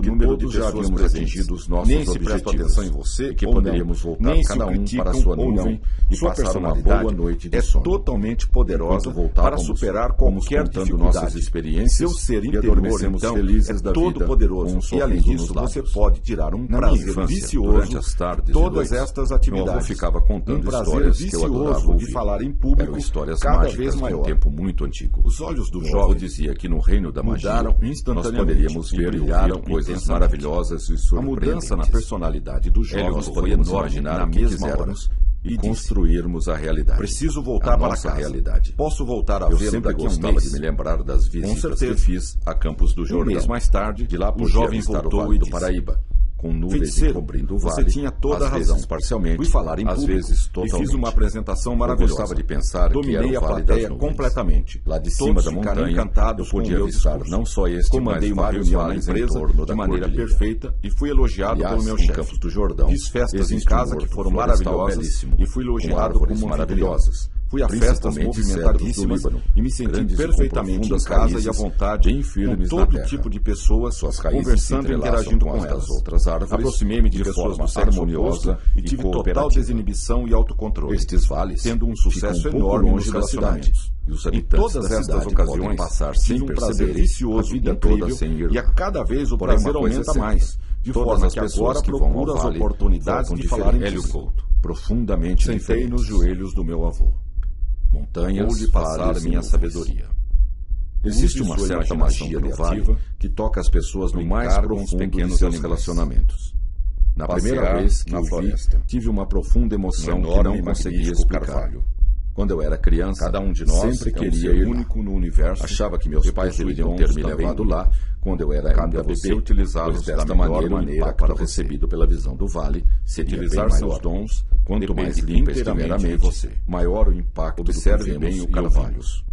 Speaker 1: de que
Speaker 2: o número
Speaker 1: todos
Speaker 2: de
Speaker 1: já
Speaker 2: pessoas
Speaker 1: havíamos
Speaker 2: presentes,
Speaker 1: atingido os nossos
Speaker 2: nem se presta
Speaker 1: objetivos,
Speaker 2: atenção em você
Speaker 1: e que
Speaker 2: ou não,
Speaker 1: poderíamos voltar
Speaker 2: nem se
Speaker 1: cada um
Speaker 2: criticam
Speaker 1: para sua
Speaker 2: ou
Speaker 1: nuvem
Speaker 2: não.
Speaker 1: e
Speaker 2: Sua
Speaker 1: passar uma
Speaker 2: personalidade
Speaker 1: boa noite de
Speaker 2: é
Speaker 1: sono.
Speaker 2: totalmente poderosa
Speaker 1: Enquanto
Speaker 2: para
Speaker 1: voltávamos,
Speaker 2: superar
Speaker 1: fomos
Speaker 2: qualquer
Speaker 1: contando
Speaker 2: dificuldade.
Speaker 1: nossas experiências
Speaker 2: Seu ser
Speaker 1: e
Speaker 2: interior
Speaker 1: adormecemos
Speaker 2: então,
Speaker 1: felizes
Speaker 2: é
Speaker 1: da vida,
Speaker 2: todo
Speaker 1: com
Speaker 2: poderoso
Speaker 1: um
Speaker 2: e
Speaker 1: sorriso
Speaker 2: além disso
Speaker 1: nos lábios.
Speaker 2: você pode tirar um
Speaker 1: Na minha
Speaker 2: prazer
Speaker 1: infância,
Speaker 2: vicioso
Speaker 1: durante as tardes e
Speaker 2: de todas
Speaker 1: noites,
Speaker 2: estas
Speaker 1: meu
Speaker 2: atividades.
Speaker 1: avô ficava contando
Speaker 2: um prazer
Speaker 1: histórias que eu
Speaker 2: vicioso
Speaker 1: adorava
Speaker 2: de
Speaker 1: ouvir.
Speaker 2: falar em público
Speaker 1: Eram histórias
Speaker 2: cada
Speaker 1: mágicas
Speaker 2: vez
Speaker 1: de
Speaker 2: maior.
Speaker 1: um tempo muito antigo.
Speaker 2: Os olhos do
Speaker 1: O
Speaker 2: jovem
Speaker 1: João dizia que no reino da magia
Speaker 2: mudaram
Speaker 1: nós
Speaker 2: instantaneamente
Speaker 1: poderíamos
Speaker 2: e
Speaker 1: ver e
Speaker 2: brilharam
Speaker 1: ouvir coisas
Speaker 2: intensamente.
Speaker 1: maravilhosas e
Speaker 2: A
Speaker 1: surpreendentes.
Speaker 2: mudança na personalidade do
Speaker 1: Hélio
Speaker 2: jovem
Speaker 1: nós
Speaker 2: foi
Speaker 1: podíamos
Speaker 2: enorme
Speaker 1: imaginar
Speaker 2: na
Speaker 1: o que
Speaker 2: mesma hora.
Speaker 1: quisermos e
Speaker 2: E disse,
Speaker 1: construirmos a realidade.
Speaker 2: preciso voltar
Speaker 1: a
Speaker 2: para
Speaker 1: nossa
Speaker 2: casa.
Speaker 1: realidade.
Speaker 2: Posso voltar a
Speaker 1: Eu
Speaker 2: vê-lo
Speaker 1: sempre
Speaker 2: daqui a um
Speaker 1: gostava
Speaker 2: mês.
Speaker 1: de me lembrar das visitas que
Speaker 2: certeza. Um
Speaker 1: fiz a Campos do Jordão.
Speaker 2: mês mais tarde,
Speaker 1: de lá
Speaker 2: o
Speaker 1: podia
Speaker 2: jovem
Speaker 1: avistar
Speaker 2: voltou
Speaker 1: o vale
Speaker 2: e
Speaker 1: do
Speaker 2: disse,
Speaker 1: Paraíba, com nuvens
Speaker 2: Feiticeiro,
Speaker 1: encobrindo o
Speaker 2: você
Speaker 1: vale.
Speaker 2: tinha toda
Speaker 1: às
Speaker 2: a
Speaker 1: vezes
Speaker 2: razão.
Speaker 1: parcialmente,
Speaker 2: Fui falar em
Speaker 1: às
Speaker 2: público
Speaker 1: vezes
Speaker 2: e
Speaker 1: totalmente.
Speaker 2: fiz uma apresentação
Speaker 1: Eu
Speaker 2: maravilhosa.
Speaker 1: gostava de pensar
Speaker 2: Dominei
Speaker 1: que era o
Speaker 2: a
Speaker 1: Vale das
Speaker 2: plateia
Speaker 1: Nuvens.
Speaker 2: completamente.
Speaker 1: Lá de cima
Speaker 2: Todos
Speaker 1: da
Speaker 2: ficaram
Speaker 1: montanha,
Speaker 2: encantados
Speaker 1: eu
Speaker 2: com o
Speaker 1: podia
Speaker 2: meu
Speaker 1: avistar
Speaker 2: discurso.
Speaker 1: não só este,
Speaker 2: Comandei
Speaker 1: mas
Speaker 2: uma
Speaker 1: vários
Speaker 2: reunião na
Speaker 1: vales em
Speaker 2: empresa
Speaker 1: torno da
Speaker 2: de maneira
Speaker 1: cordilheira.
Speaker 2: perfeita e fui elogiado
Speaker 1: Aliás,
Speaker 2: pelo meu
Speaker 1: em
Speaker 2: chefe.
Speaker 1: Campos do Jordão,
Speaker 2: Fiz festas em
Speaker 1: existe um
Speaker 2: casa que
Speaker 1: horto
Speaker 2: foram
Speaker 1: florestal
Speaker 2: maravilhosas
Speaker 1: belíssimo,
Speaker 2: e fui
Speaker 1: com
Speaker 2: elogiado
Speaker 1: árvores
Speaker 2: como um
Speaker 1: maravilhosas.
Speaker 2: Fui a festas
Speaker 1: Principalmente cedros
Speaker 2: movimentadíssimas
Speaker 1: do Líbano,
Speaker 2: e me senti
Speaker 1: grandes e com
Speaker 2: perfeitamente em
Speaker 1: profundas
Speaker 2: casa e
Speaker 1: raízes,
Speaker 2: à vontade
Speaker 1: bem firmes
Speaker 2: com
Speaker 1: na
Speaker 2: todo
Speaker 1: terra.
Speaker 2: tipo de pessoas,
Speaker 1: Suas raízes
Speaker 2: conversando
Speaker 1: se
Speaker 2: e
Speaker 1: entrelaçam
Speaker 2: interagindo
Speaker 1: com
Speaker 2: com,
Speaker 1: as das
Speaker 2: elas.
Speaker 1: outras árvores
Speaker 2: Aproximei-me de,
Speaker 1: de
Speaker 2: pessoas
Speaker 1: forma
Speaker 2: do sexo
Speaker 1: harmoniosa
Speaker 2: oposto
Speaker 1: e
Speaker 2: e tive total
Speaker 1: cooperativa.
Speaker 2: desinibição e autocontrole.
Speaker 1: Estes vales,
Speaker 2: tendo um sucesso
Speaker 1: ficam um pouco
Speaker 2: enorme
Speaker 1: longe
Speaker 2: nos
Speaker 1: da
Speaker 2: relacionamentos.
Speaker 1: cidade, e os
Speaker 2: em
Speaker 1: habitantes
Speaker 2: todas
Speaker 1: da
Speaker 2: estas
Speaker 1: cidade podem
Speaker 2: ocasiões,
Speaker 1: passar
Speaker 2: tive
Speaker 1: sem
Speaker 2: um prazer
Speaker 1: perceberem
Speaker 2: vicioso,
Speaker 1: a vida
Speaker 2: incrível,
Speaker 1: toda sem ir
Speaker 2: e a cada vez o
Speaker 1: Porém,
Speaker 2: prazer
Speaker 1: uma coisa é
Speaker 2: aumenta
Speaker 1: certa.
Speaker 2: mais, de
Speaker 1: Todas
Speaker 2: forma
Speaker 1: as
Speaker 2: que
Speaker 1: pessoas
Speaker 2: agora
Speaker 1: que vão ao
Speaker 2: procura as
Speaker 1: vale
Speaker 2: oportunidades
Speaker 1: voltam
Speaker 2: de falar em
Speaker 1: diferentes.
Speaker 2: público.
Speaker 1: profundamente
Speaker 2: Sentei nos
Speaker 1: diferentes.
Speaker 2: joelhos do meu avô.
Speaker 1: montanhas,
Speaker 2: Vou lhe passar
Speaker 1: vales e
Speaker 2: minha
Speaker 1: nuvens.
Speaker 2: sabedoria.
Speaker 1: Existe
Speaker 2: Use
Speaker 1: uma
Speaker 2: sua
Speaker 1: certa
Speaker 2: imaginação
Speaker 1: magia do
Speaker 2: criativa
Speaker 1: vale que toca as pessoas no
Speaker 2: para
Speaker 1: mais
Speaker 2: brincar com os
Speaker 1: profundo
Speaker 2: pequenos
Speaker 1: de seus
Speaker 2: animais.
Speaker 1: relacionamentos. Na
Speaker 2: Passear
Speaker 1: primeira vez que
Speaker 2: na
Speaker 1: o vi,
Speaker 2: floresta.
Speaker 1: tive uma profunda
Speaker 2: Um
Speaker 1: emoção que
Speaker 2: enorme
Speaker 1: não
Speaker 2: e
Speaker 1: conseguia
Speaker 2: magnífico
Speaker 1: explicar.
Speaker 2: carvalho.
Speaker 1: Quando eu era criança,
Speaker 2: Cada um de nós
Speaker 1: sempre
Speaker 2: é um
Speaker 1: queria
Speaker 2: ser
Speaker 1: ir lá.
Speaker 2: único no universo.
Speaker 1: Achava que meus
Speaker 2: e
Speaker 1: pais
Speaker 2: possui
Speaker 1: deveriam
Speaker 2: dons
Speaker 1: ter me
Speaker 2: também
Speaker 1: levado lá quando eu era
Speaker 2: Cabe
Speaker 1: ainda
Speaker 2: a você
Speaker 1: bebê,
Speaker 2: utilizá-los
Speaker 1: pois
Speaker 2: da
Speaker 1: desta
Speaker 2: melhor
Speaker 1: maneira o
Speaker 2: maneira
Speaker 1: impacto
Speaker 2: para você.
Speaker 1: recebido pela visão do vale seria bem
Speaker 2: Utilizar
Speaker 1: maior.
Speaker 2: seus dons
Speaker 1: Quanto
Speaker 2: depende
Speaker 1: mais limpa estiver a
Speaker 2: inteiramente
Speaker 1: mente,
Speaker 2: de você.
Speaker 1: maior o impacto
Speaker 2: Observe
Speaker 1: do que vemos
Speaker 2: bem o
Speaker 1: e
Speaker 2: carvalho.
Speaker 1: ouvimos.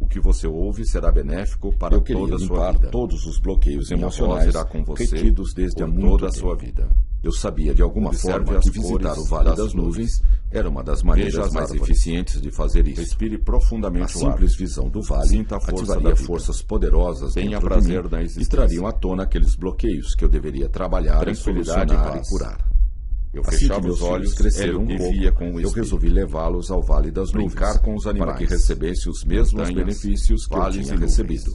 Speaker 2: O que você ouve será benéfico para
Speaker 1: Eu queria
Speaker 2: toda a sua
Speaker 1: limpar
Speaker 2: vida.
Speaker 1: todos os bloqueios
Speaker 2: Minha voz
Speaker 1: emocionais
Speaker 2: irá com você
Speaker 1: retidos desde há
Speaker 2: por
Speaker 1: muito
Speaker 2: toda a
Speaker 1: tempo.
Speaker 2: sua vida.
Speaker 1: Eu sabia de alguma
Speaker 2: Observe
Speaker 1: forma
Speaker 2: as
Speaker 1: que visitar
Speaker 2: cores
Speaker 1: o Vale
Speaker 2: das
Speaker 1: das,
Speaker 2: flores.
Speaker 1: Nuvens era uma das
Speaker 2: Veja
Speaker 1: maneiras
Speaker 2: as
Speaker 1: mais
Speaker 2: árvores.
Speaker 1: eficientes de fazer isso.
Speaker 2: Respire
Speaker 1: A
Speaker 2: profundamente o ar.
Speaker 1: simples visão do vale
Speaker 2: Sinta a força
Speaker 1: ativaria
Speaker 2: da vida.
Speaker 1: forças poderosas
Speaker 2: Tenha
Speaker 1: dentro
Speaker 2: prazer
Speaker 1: de
Speaker 2: na
Speaker 1: mim e
Speaker 2: existência.
Speaker 1: trariam à tona aqueles bloqueios que eu deveria trabalhar em
Speaker 2: Tranquilidade
Speaker 1: solucionar
Speaker 2: e
Speaker 1: e
Speaker 2: paz.
Speaker 1: curar.
Speaker 2: Eu
Speaker 1: Assim que
Speaker 2: fechava
Speaker 1: meus
Speaker 2: os
Speaker 1: olhos
Speaker 2: olhos,
Speaker 1: cresceram um
Speaker 2: Hélio
Speaker 1: pouco,
Speaker 2: vivia com o
Speaker 1: eu
Speaker 2: espírito.
Speaker 1: resolvi levá-los ao Vale das Nuvens
Speaker 2: Brincar com os animais,
Speaker 1: para que recebesse os mesmos
Speaker 2: montanhas,
Speaker 1: benefícios que eu
Speaker 2: vales
Speaker 1: tinha
Speaker 2: e nuvens.
Speaker 1: recebido.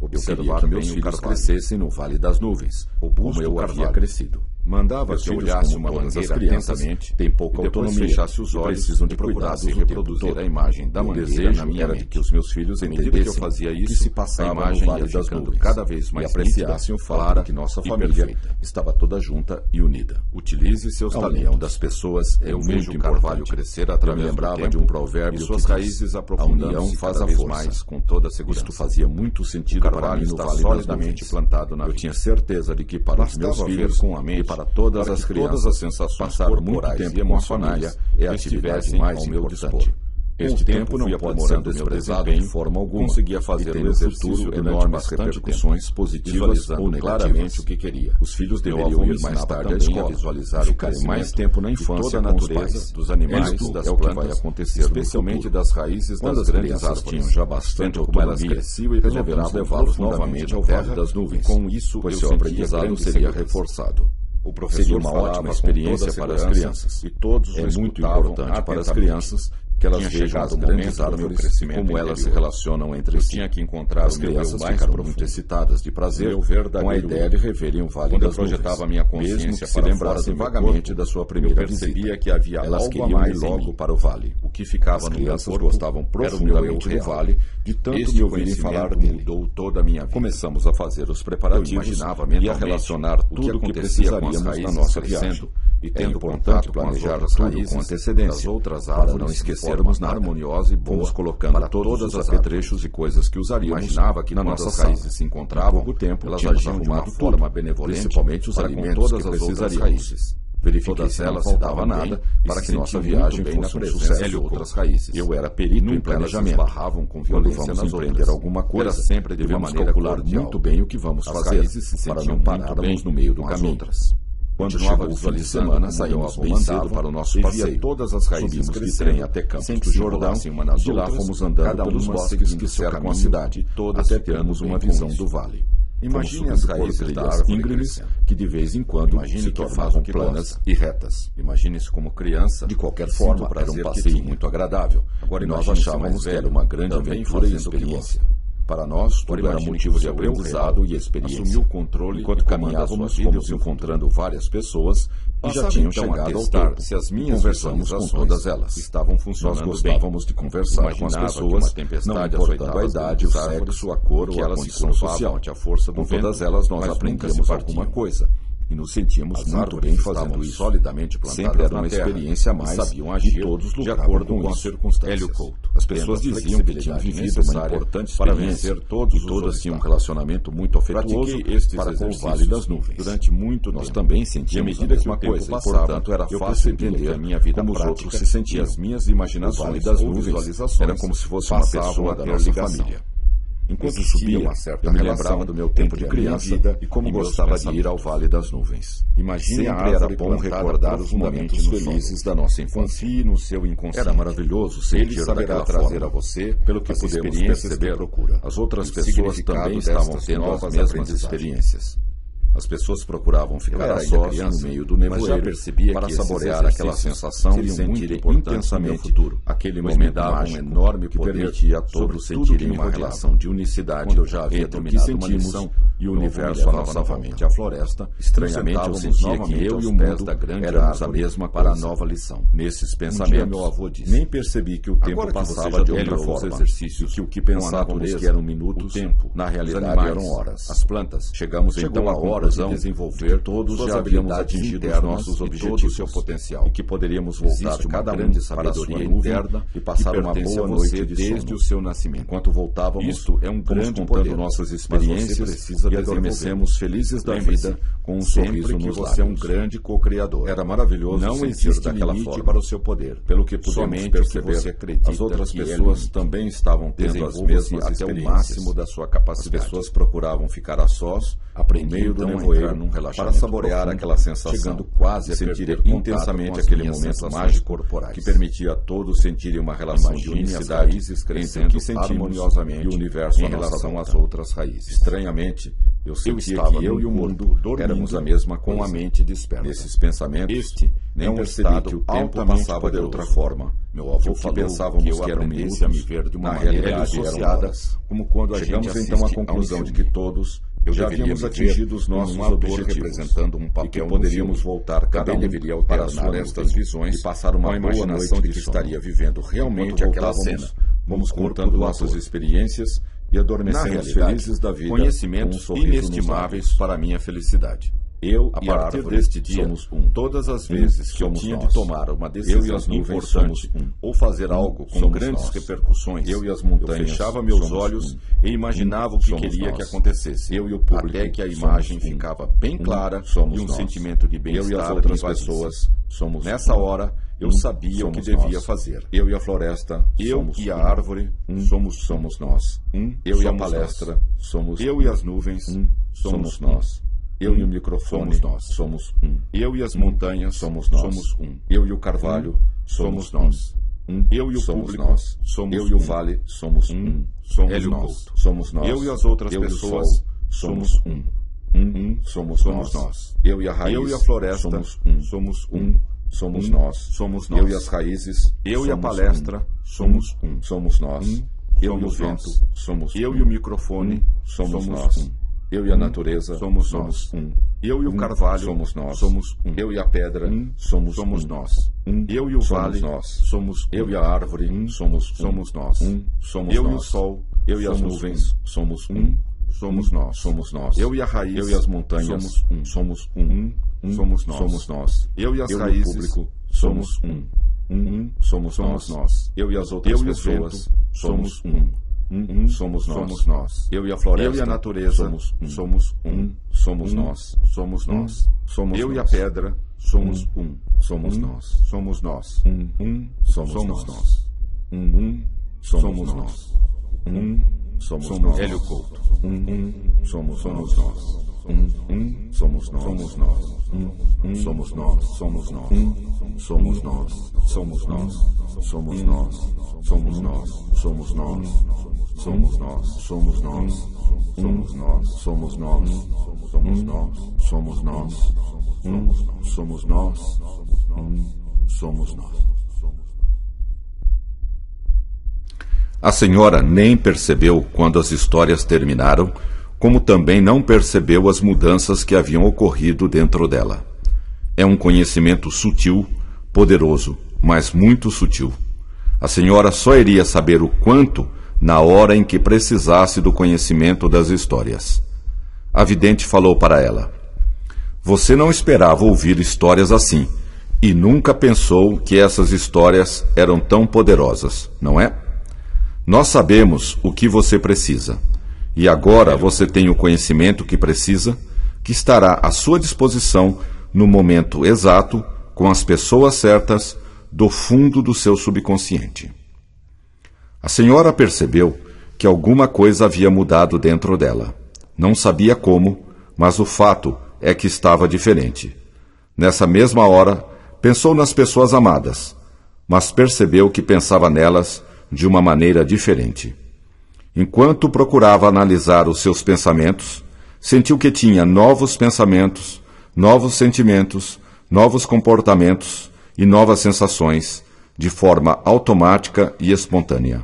Speaker 1: Eu queria
Speaker 2: Observar
Speaker 1: que
Speaker 2: bem
Speaker 1: meus
Speaker 2: o
Speaker 1: filhos
Speaker 2: carvalho.
Speaker 1: crescessem no Vale das Nuvens, como
Speaker 2: Robusto
Speaker 1: eu havia
Speaker 2: carvalho.
Speaker 1: crescido.
Speaker 2: Mandava
Speaker 1: Meus
Speaker 2: que
Speaker 1: filhos,
Speaker 2: olhasse
Speaker 1: como
Speaker 2: uma
Speaker 1: todas as
Speaker 2: mangueira
Speaker 1: crianças,
Speaker 2: atentamente,
Speaker 1: têm pouca
Speaker 2: e depois
Speaker 1: autonomia
Speaker 2: fechasse os
Speaker 1: e
Speaker 2: olhos
Speaker 1: precisam de
Speaker 2: e cuidados
Speaker 1: cuidados
Speaker 2: e
Speaker 1: o tempo
Speaker 2: reproduzir
Speaker 1: todo.
Speaker 2: a imagem da
Speaker 1: O
Speaker 2: mangueira
Speaker 1: desejo
Speaker 2: na minha
Speaker 1: era
Speaker 2: mente.
Speaker 1: de que os meus filhos
Speaker 2: À medida que eu
Speaker 1: entendessem
Speaker 2: fazia
Speaker 1: o que
Speaker 2: isso,
Speaker 1: se
Speaker 2: a
Speaker 1: passava no
Speaker 2: imagem
Speaker 1: Vale
Speaker 2: ia
Speaker 1: das
Speaker 2: ficando
Speaker 1: Nuvens
Speaker 2: cada vez mais
Speaker 1: e apreciassem o
Speaker 2: nítida,
Speaker 1: fato
Speaker 2: clara
Speaker 1: que nossa
Speaker 2: e
Speaker 1: família
Speaker 2: perfeita.
Speaker 1: estava toda junta e unida.
Speaker 2: Utilize seus
Speaker 1: A união
Speaker 2: talentos.
Speaker 1: das pessoas é
Speaker 2: Eu
Speaker 1: muito
Speaker 2: vejo o
Speaker 1: importante.
Speaker 2: carvalho crescer através
Speaker 1: Eu lembrava
Speaker 2: do tempo
Speaker 1: de um provérbio
Speaker 2: e suas
Speaker 1: que diz,
Speaker 2: raízes aprofundando-se
Speaker 1: "A união faz
Speaker 2: cada
Speaker 1: a
Speaker 2: vez
Speaker 1: força."
Speaker 2: mais com toda a segurança.
Speaker 1: Isto fazia muito sentido
Speaker 2: O carvalho
Speaker 1: para mim no
Speaker 2: está
Speaker 1: Vale das
Speaker 2: solidamente
Speaker 1: Nuvens.
Speaker 2: plantado na
Speaker 1: Eu
Speaker 2: vida.
Speaker 1: tinha certeza de que para os
Speaker 2: Bastava
Speaker 1: meus
Speaker 2: ver
Speaker 1: filhos
Speaker 2: com a mente
Speaker 1: e para todas
Speaker 2: para
Speaker 1: as
Speaker 2: que
Speaker 1: crianças
Speaker 2: todas as sensações
Speaker 1: passar muito
Speaker 2: corporais
Speaker 1: tempo
Speaker 2: e
Speaker 1: com a
Speaker 2: emocionais
Speaker 1: família é a atividade
Speaker 2: estivessem
Speaker 1: mais
Speaker 2: ao meu
Speaker 1: importante.
Speaker 2: dispor.
Speaker 1: Este tempo não pode ser desprezado de forma alguma. Conseguia fazer o meu futuro enorme repercussões positivas ou negativamente o que queria. Os filhos meu deveriam ir mais tarde à escola, visualizar ficar mais tempo na infância a natureza, dos animais, Isto das é plantas, vai acontecer especialmente das raízes Quando das grandes árvores. tinham já bastante como elas cresciam e resolverá levá-los novamente ao vale das nuvens. Com isso, pois seu aprendizado seria reforçado. O professor seria uma ótima experiência para as crianças e todos é muito importante para as crianças que elas tinha vejam as grandes árvores como elas interior. se relacionam entre eu si. Tinha que encontrar as crianças ficaram profundo. muito excitadas de prazer com a ideia de reverem o Vale Quando das eu projetava minha consciência mesmo que se lembrassem vagamente da sua primeira visita. Que havia elas queriam ir logo para o Vale. O que ficava as crianças gostavam profundamente do Vale, de tanto este me ouvirem falar dele. mudou toda a minha vida. Começamos a fazer os preparativos e a relacionar tudo o que precisaríamos na nossa viagem e tendo, é portanto, planejar as raízes com antecedência das outras árvores, para não esquecermos nada harmoniosa e boa, Vamos colocando para todos os apetrechos e coisas que usaríamos. Imaginava que na nossa raízes se encontravam, por tempo elas agiam de uma forma benevolente, principalmente os alimentos todas que as outras raízes. Verifiquei Todas elas se dava nada para que nossa viagem fosse um sucesso de outras raízes. Eu era perito em planejamento. Barravam com violência Quando vamos empreender alguma coisa, sempre devemos calcular muito bem o que vamos fazer para não pararmos no meio do caminho. Outras. Quando chegou o fim de semana, saímos bem cedo para o nosso passeio. todas as raízes Subimos de trem até Campos sem do Jordão. Uma nas de lá fomos andando pelos bosques que cercam a cidade, até termos uma visão do vale. Imagine as raízes da árvore íngremes que de vez em quando Imagine se tornavam planas e retas. Imagine-se como criança. De qualquer forma, era um passeio muito agradável. Agora nós achávamos que era uma grande aventura e experiência. Para nós, tudo era motivo de aprendizado e experiência. Assumiu o controle enquanto caminhávamos, fomos encontrando várias pessoas que já tinham então chegado ao topo. Se as minhas conversamos com todas elas. Estavam funcionando Nós gostávamos bem. de conversar Imaginava com as pessoas, não importando a idade, o sexo, a cor ou a condição social. A força com todas vento, elas nós aprendemos alguma coisa e nos sentimos as muito bem fazendo isso. Solidamente Sempre era uma terra, experiência a mais sabiam agir e todos de acordo com, com as circunstâncias. Hélio Couto. As pessoas diziam que tinham vivido uma importante para vencer todos e todas tinham um relacionamento muito afetuoso para com o Vale das Nuvens. Durante muito nós tempo. também sentíamos e à medida que uma coisa, passava, portanto era fácil entender a minha vida como os outros se sentiam. As minhas imaginações o vale das nuvens visualizações era como se fosse uma pessoa da nossa família. Enquanto subia, uma certa eu me lembrava do meu tempo de criança vida, e como e gostava de ir ao Vale das Nuvens. Imagine Sempre era bom recordar os momentos felizes da nossa infância. Confie no seu inconsciente. Era maravilhoso sentir daquela trazer forma. a você, pelo que as podemos perceber, procura. as outras pessoas também estavam tendo as mesmas experiências. As pessoas procuravam ficar sós criança, no meio do nevoeiro para saborear aquela sensação e sentir intensamente futuro. Aquele pois momento mágico um enorme que permitia a todos sentirem uma relação de unicidade Quando eu já havia entre o que sentimos missão, e o universo à nossa frente. A floresta, estranhamente eu sentia que eu e o mundo da grande éramos a mesma para a nova lição. Um Nesses pensamentos, um disse, nem percebi que o tempo que passava de outra forma, exercícios que o que pensávamos que eram minutos, tempo, na realidade animais, eram horas. As plantas. Chegamos então à hora conclusão desenvolver todos já havíamos atingido os nossos objetivos e o seu potencial e que poderíamos voltar Existe cada um para a sua interna e passar uma boa noite de desde sono. o seu nascimento. Enquanto voltávamos, isto é um grande contando poder, nossas experiências e adormecemos felizes da vida com um sorriso nos lábios. você é um grande co-criador. Era maravilhoso não existe daquela forma para o seu poder. Pelo que pudemos perceber, você acredita as outras pessoas também estavam tendo as mesmas até o máximo da sua capacidade. As pessoas procuravam ficar a sós, aprender meio do nevoeiro então, num para saborear profundo, aquela sensação, chegando quase a sentir intensamente aquele momento mágico corporais, que permitia a todos sentirem uma relação Imagine de unicidade entre o que sentimos harmoniosamente e o universo em relação às outras raízes. Estranhamente, eu sentia eu que eu e o mundo éramos a mesma com a mente desperta. Nesses pensamentos, este não é um estado que o tempo passava poderoso. de outra forma. Meu avô que falou pensávamos que, eu que eram minutos, a me ver de uma na realidade eram como quando a Chegamos então à conclusão de que todos eu já havíamos atingido os nossos um objetivos, representando um papel e poderíamos voltar cada um deveria alternar estas visões e passar uma imaginação de que estaria vivendo realmente aquela cena. Vamos contando nossas experiências e adormecemos felizes da vida, conhecimentos um inestimáveis para minha felicidade. Eu a partir deste dia somos um. Todas as vezes um, que eu tinha nós. de tomar uma decisão importante um. ou fazer algo com somos grandes nós. repercussões, eu e as montanhas, eu fechava meus olhos um. e imaginava o que somos queria nós. que acontecesse. Eu e o público, um. até que a imagem um ficava bem clara e um sentimento de bem-estar eu e as outras pessoas somos Tá? nessa hora Eu sabia o que devia fazer. Eu e a floresta, eu e a árvore, somos um. somos nós. eu e a palestra, somos eu e as nuvens, somos nós. Eu e o microfone, somos nós, somos um. Eu e as montanhas, somos nós, somos um. Eu e o carvalho, somos nós. Eu e o público, somos eu e o vale, somos um. Somos Hélio nós, somos nós. Eu e as outras pessoas, somos um. somos, nós. Eu e a raiz, eu e a floresta, somos um. Somos um. Somos nós. Somos nós. Eu e as raízes. um. Eu e a palestra. Somos um. Somos nós. Eu e o vento. Somos Eu e o microfone. Somos nós. Eu e a natureza. Somos nós. Um. Eu e o carvalho. Somos nós. Somos um. Eu e a pedra. Somos Somos nós. Eu e o vale. Nós. Somos Eu e a árvore. Somos Somos nós. Somos Eu e o sol. Eu e as nuvens. Somos um. Somos nós. Somos nós. Eu e a raiz. Eu e as montanhas. Somos um. Somos um. Somos nós. Somos nós. Eu e as raízes. público. Somos um. Um. Somos somos nós. Eu e as outras pessoas. Somos um. Um. Somos nós. Somos nós. Eu e a floresta. Eu e a natureza. Somos um. Somos um. Somos nós. Somos nós. Somos Eu e a pedra. Somos um. Somos nós. Somos nós. Um. Um. Somos nós. Um. Um. Somos nós. Um. Somos nós. Hélio Couto. Um. Somos somos nós. Um, um, somos nós, somos nós. Um, um, somos nós, somos nós. Um, somos nós, somos nós. Somos nós, somos nós. Somos nós, somos nós. Somos nós, somos nós. Somos nós, somos nós. Somos nós, um, somos nós. Um, somos nós. A senhora nem percebeu quando as histórias terminaram como também não percebeu as mudanças que haviam ocorrido dentro dela. É um conhecimento sutil, poderoso, mas muito sutil. A senhora só iria saber o quanto na hora em que precisasse do conhecimento das histórias. A vidente falou para ela: Você não esperava ouvir histórias assim e nunca pensou que essas histórias eram tão poderosas, não é? Nós sabemos o que você precisa. E agora você tem o conhecimento que precisa, que estará à sua disposição no momento exato, com as pessoas certas, do fundo do seu subconsciente. A senhora percebeu que alguma coisa havia mudado dentro dela. Não sabia como, mas o fato é que estava diferente. Nessa mesma hora, pensou nas pessoas amadas, mas percebeu que pensava nelas de uma maneira diferente. Enquanto procurava analisar os seus pensamentos, sentiu que tinha novos pensamentos, novos sentimentos, novos comportamentos e novas sensações, de forma automática e espontânea.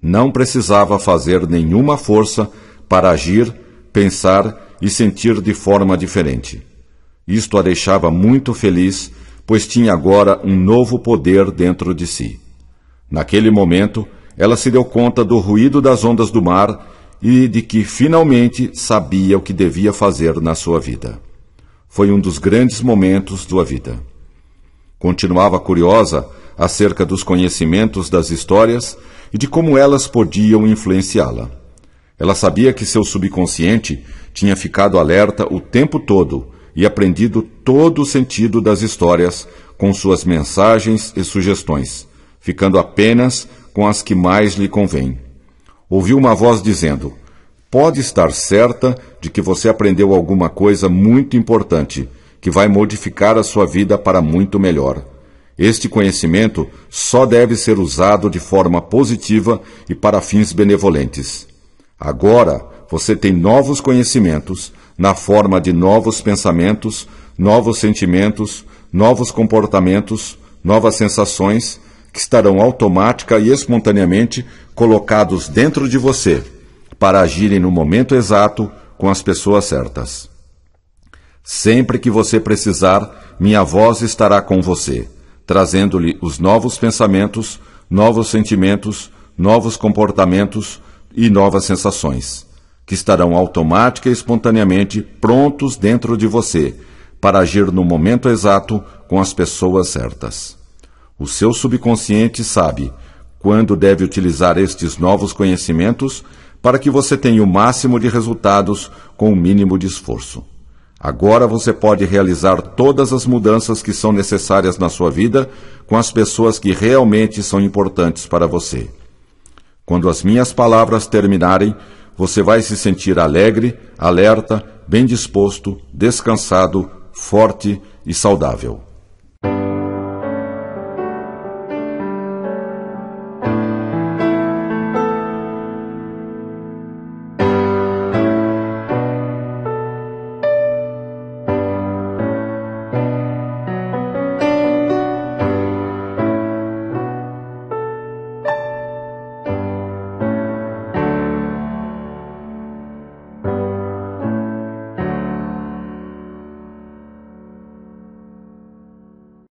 Speaker 1: Não precisava fazer nenhuma força para agir, pensar e sentir de forma diferente. Isto a deixava muito feliz, pois tinha agora um novo poder dentro de si. Naquele momento, ela se deu conta do ruído das ondas do mar e de que finalmente sabia o que devia fazer na sua vida. Foi um dos grandes momentos da vida. Continuava curiosa acerca dos conhecimentos das histórias e de como elas podiam influenciá-la. Ela sabia que seu subconsciente tinha ficado alerta o tempo todo e aprendido todo o sentido das histórias com suas mensagens e sugestões, ficando apenas com as que mais lhe convém. Ouviu uma voz dizendo: Pode estar certa de que você aprendeu alguma coisa muito importante, que vai modificar a sua vida para muito melhor. Este conhecimento só deve ser usado de forma positiva e para fins benevolentes. Agora você tem novos conhecimentos na forma de novos pensamentos, novos sentimentos, novos comportamentos, novas sensações que estarão automática e espontaneamente colocados dentro de você para agirem no momento exato com as pessoas certas. Sempre que você precisar, minha voz estará com você, trazendo-lhe os novos pensamentos, novos sentimentos, novos comportamentos e novas sensações, que estarão automática e espontaneamente prontos dentro de você para agir no momento exato com as pessoas certas. O seu subconsciente sabe quando deve utilizar estes novos conhecimentos para que você tenha o máximo de resultados com o mínimo de esforço. Agora você pode realizar todas as mudanças que são necessárias na sua vida com as pessoas que realmente são importantes para você. Quando as minhas palavras terminarem, você vai se sentir alegre, alerta, bem disposto, descansado, forte e saudável.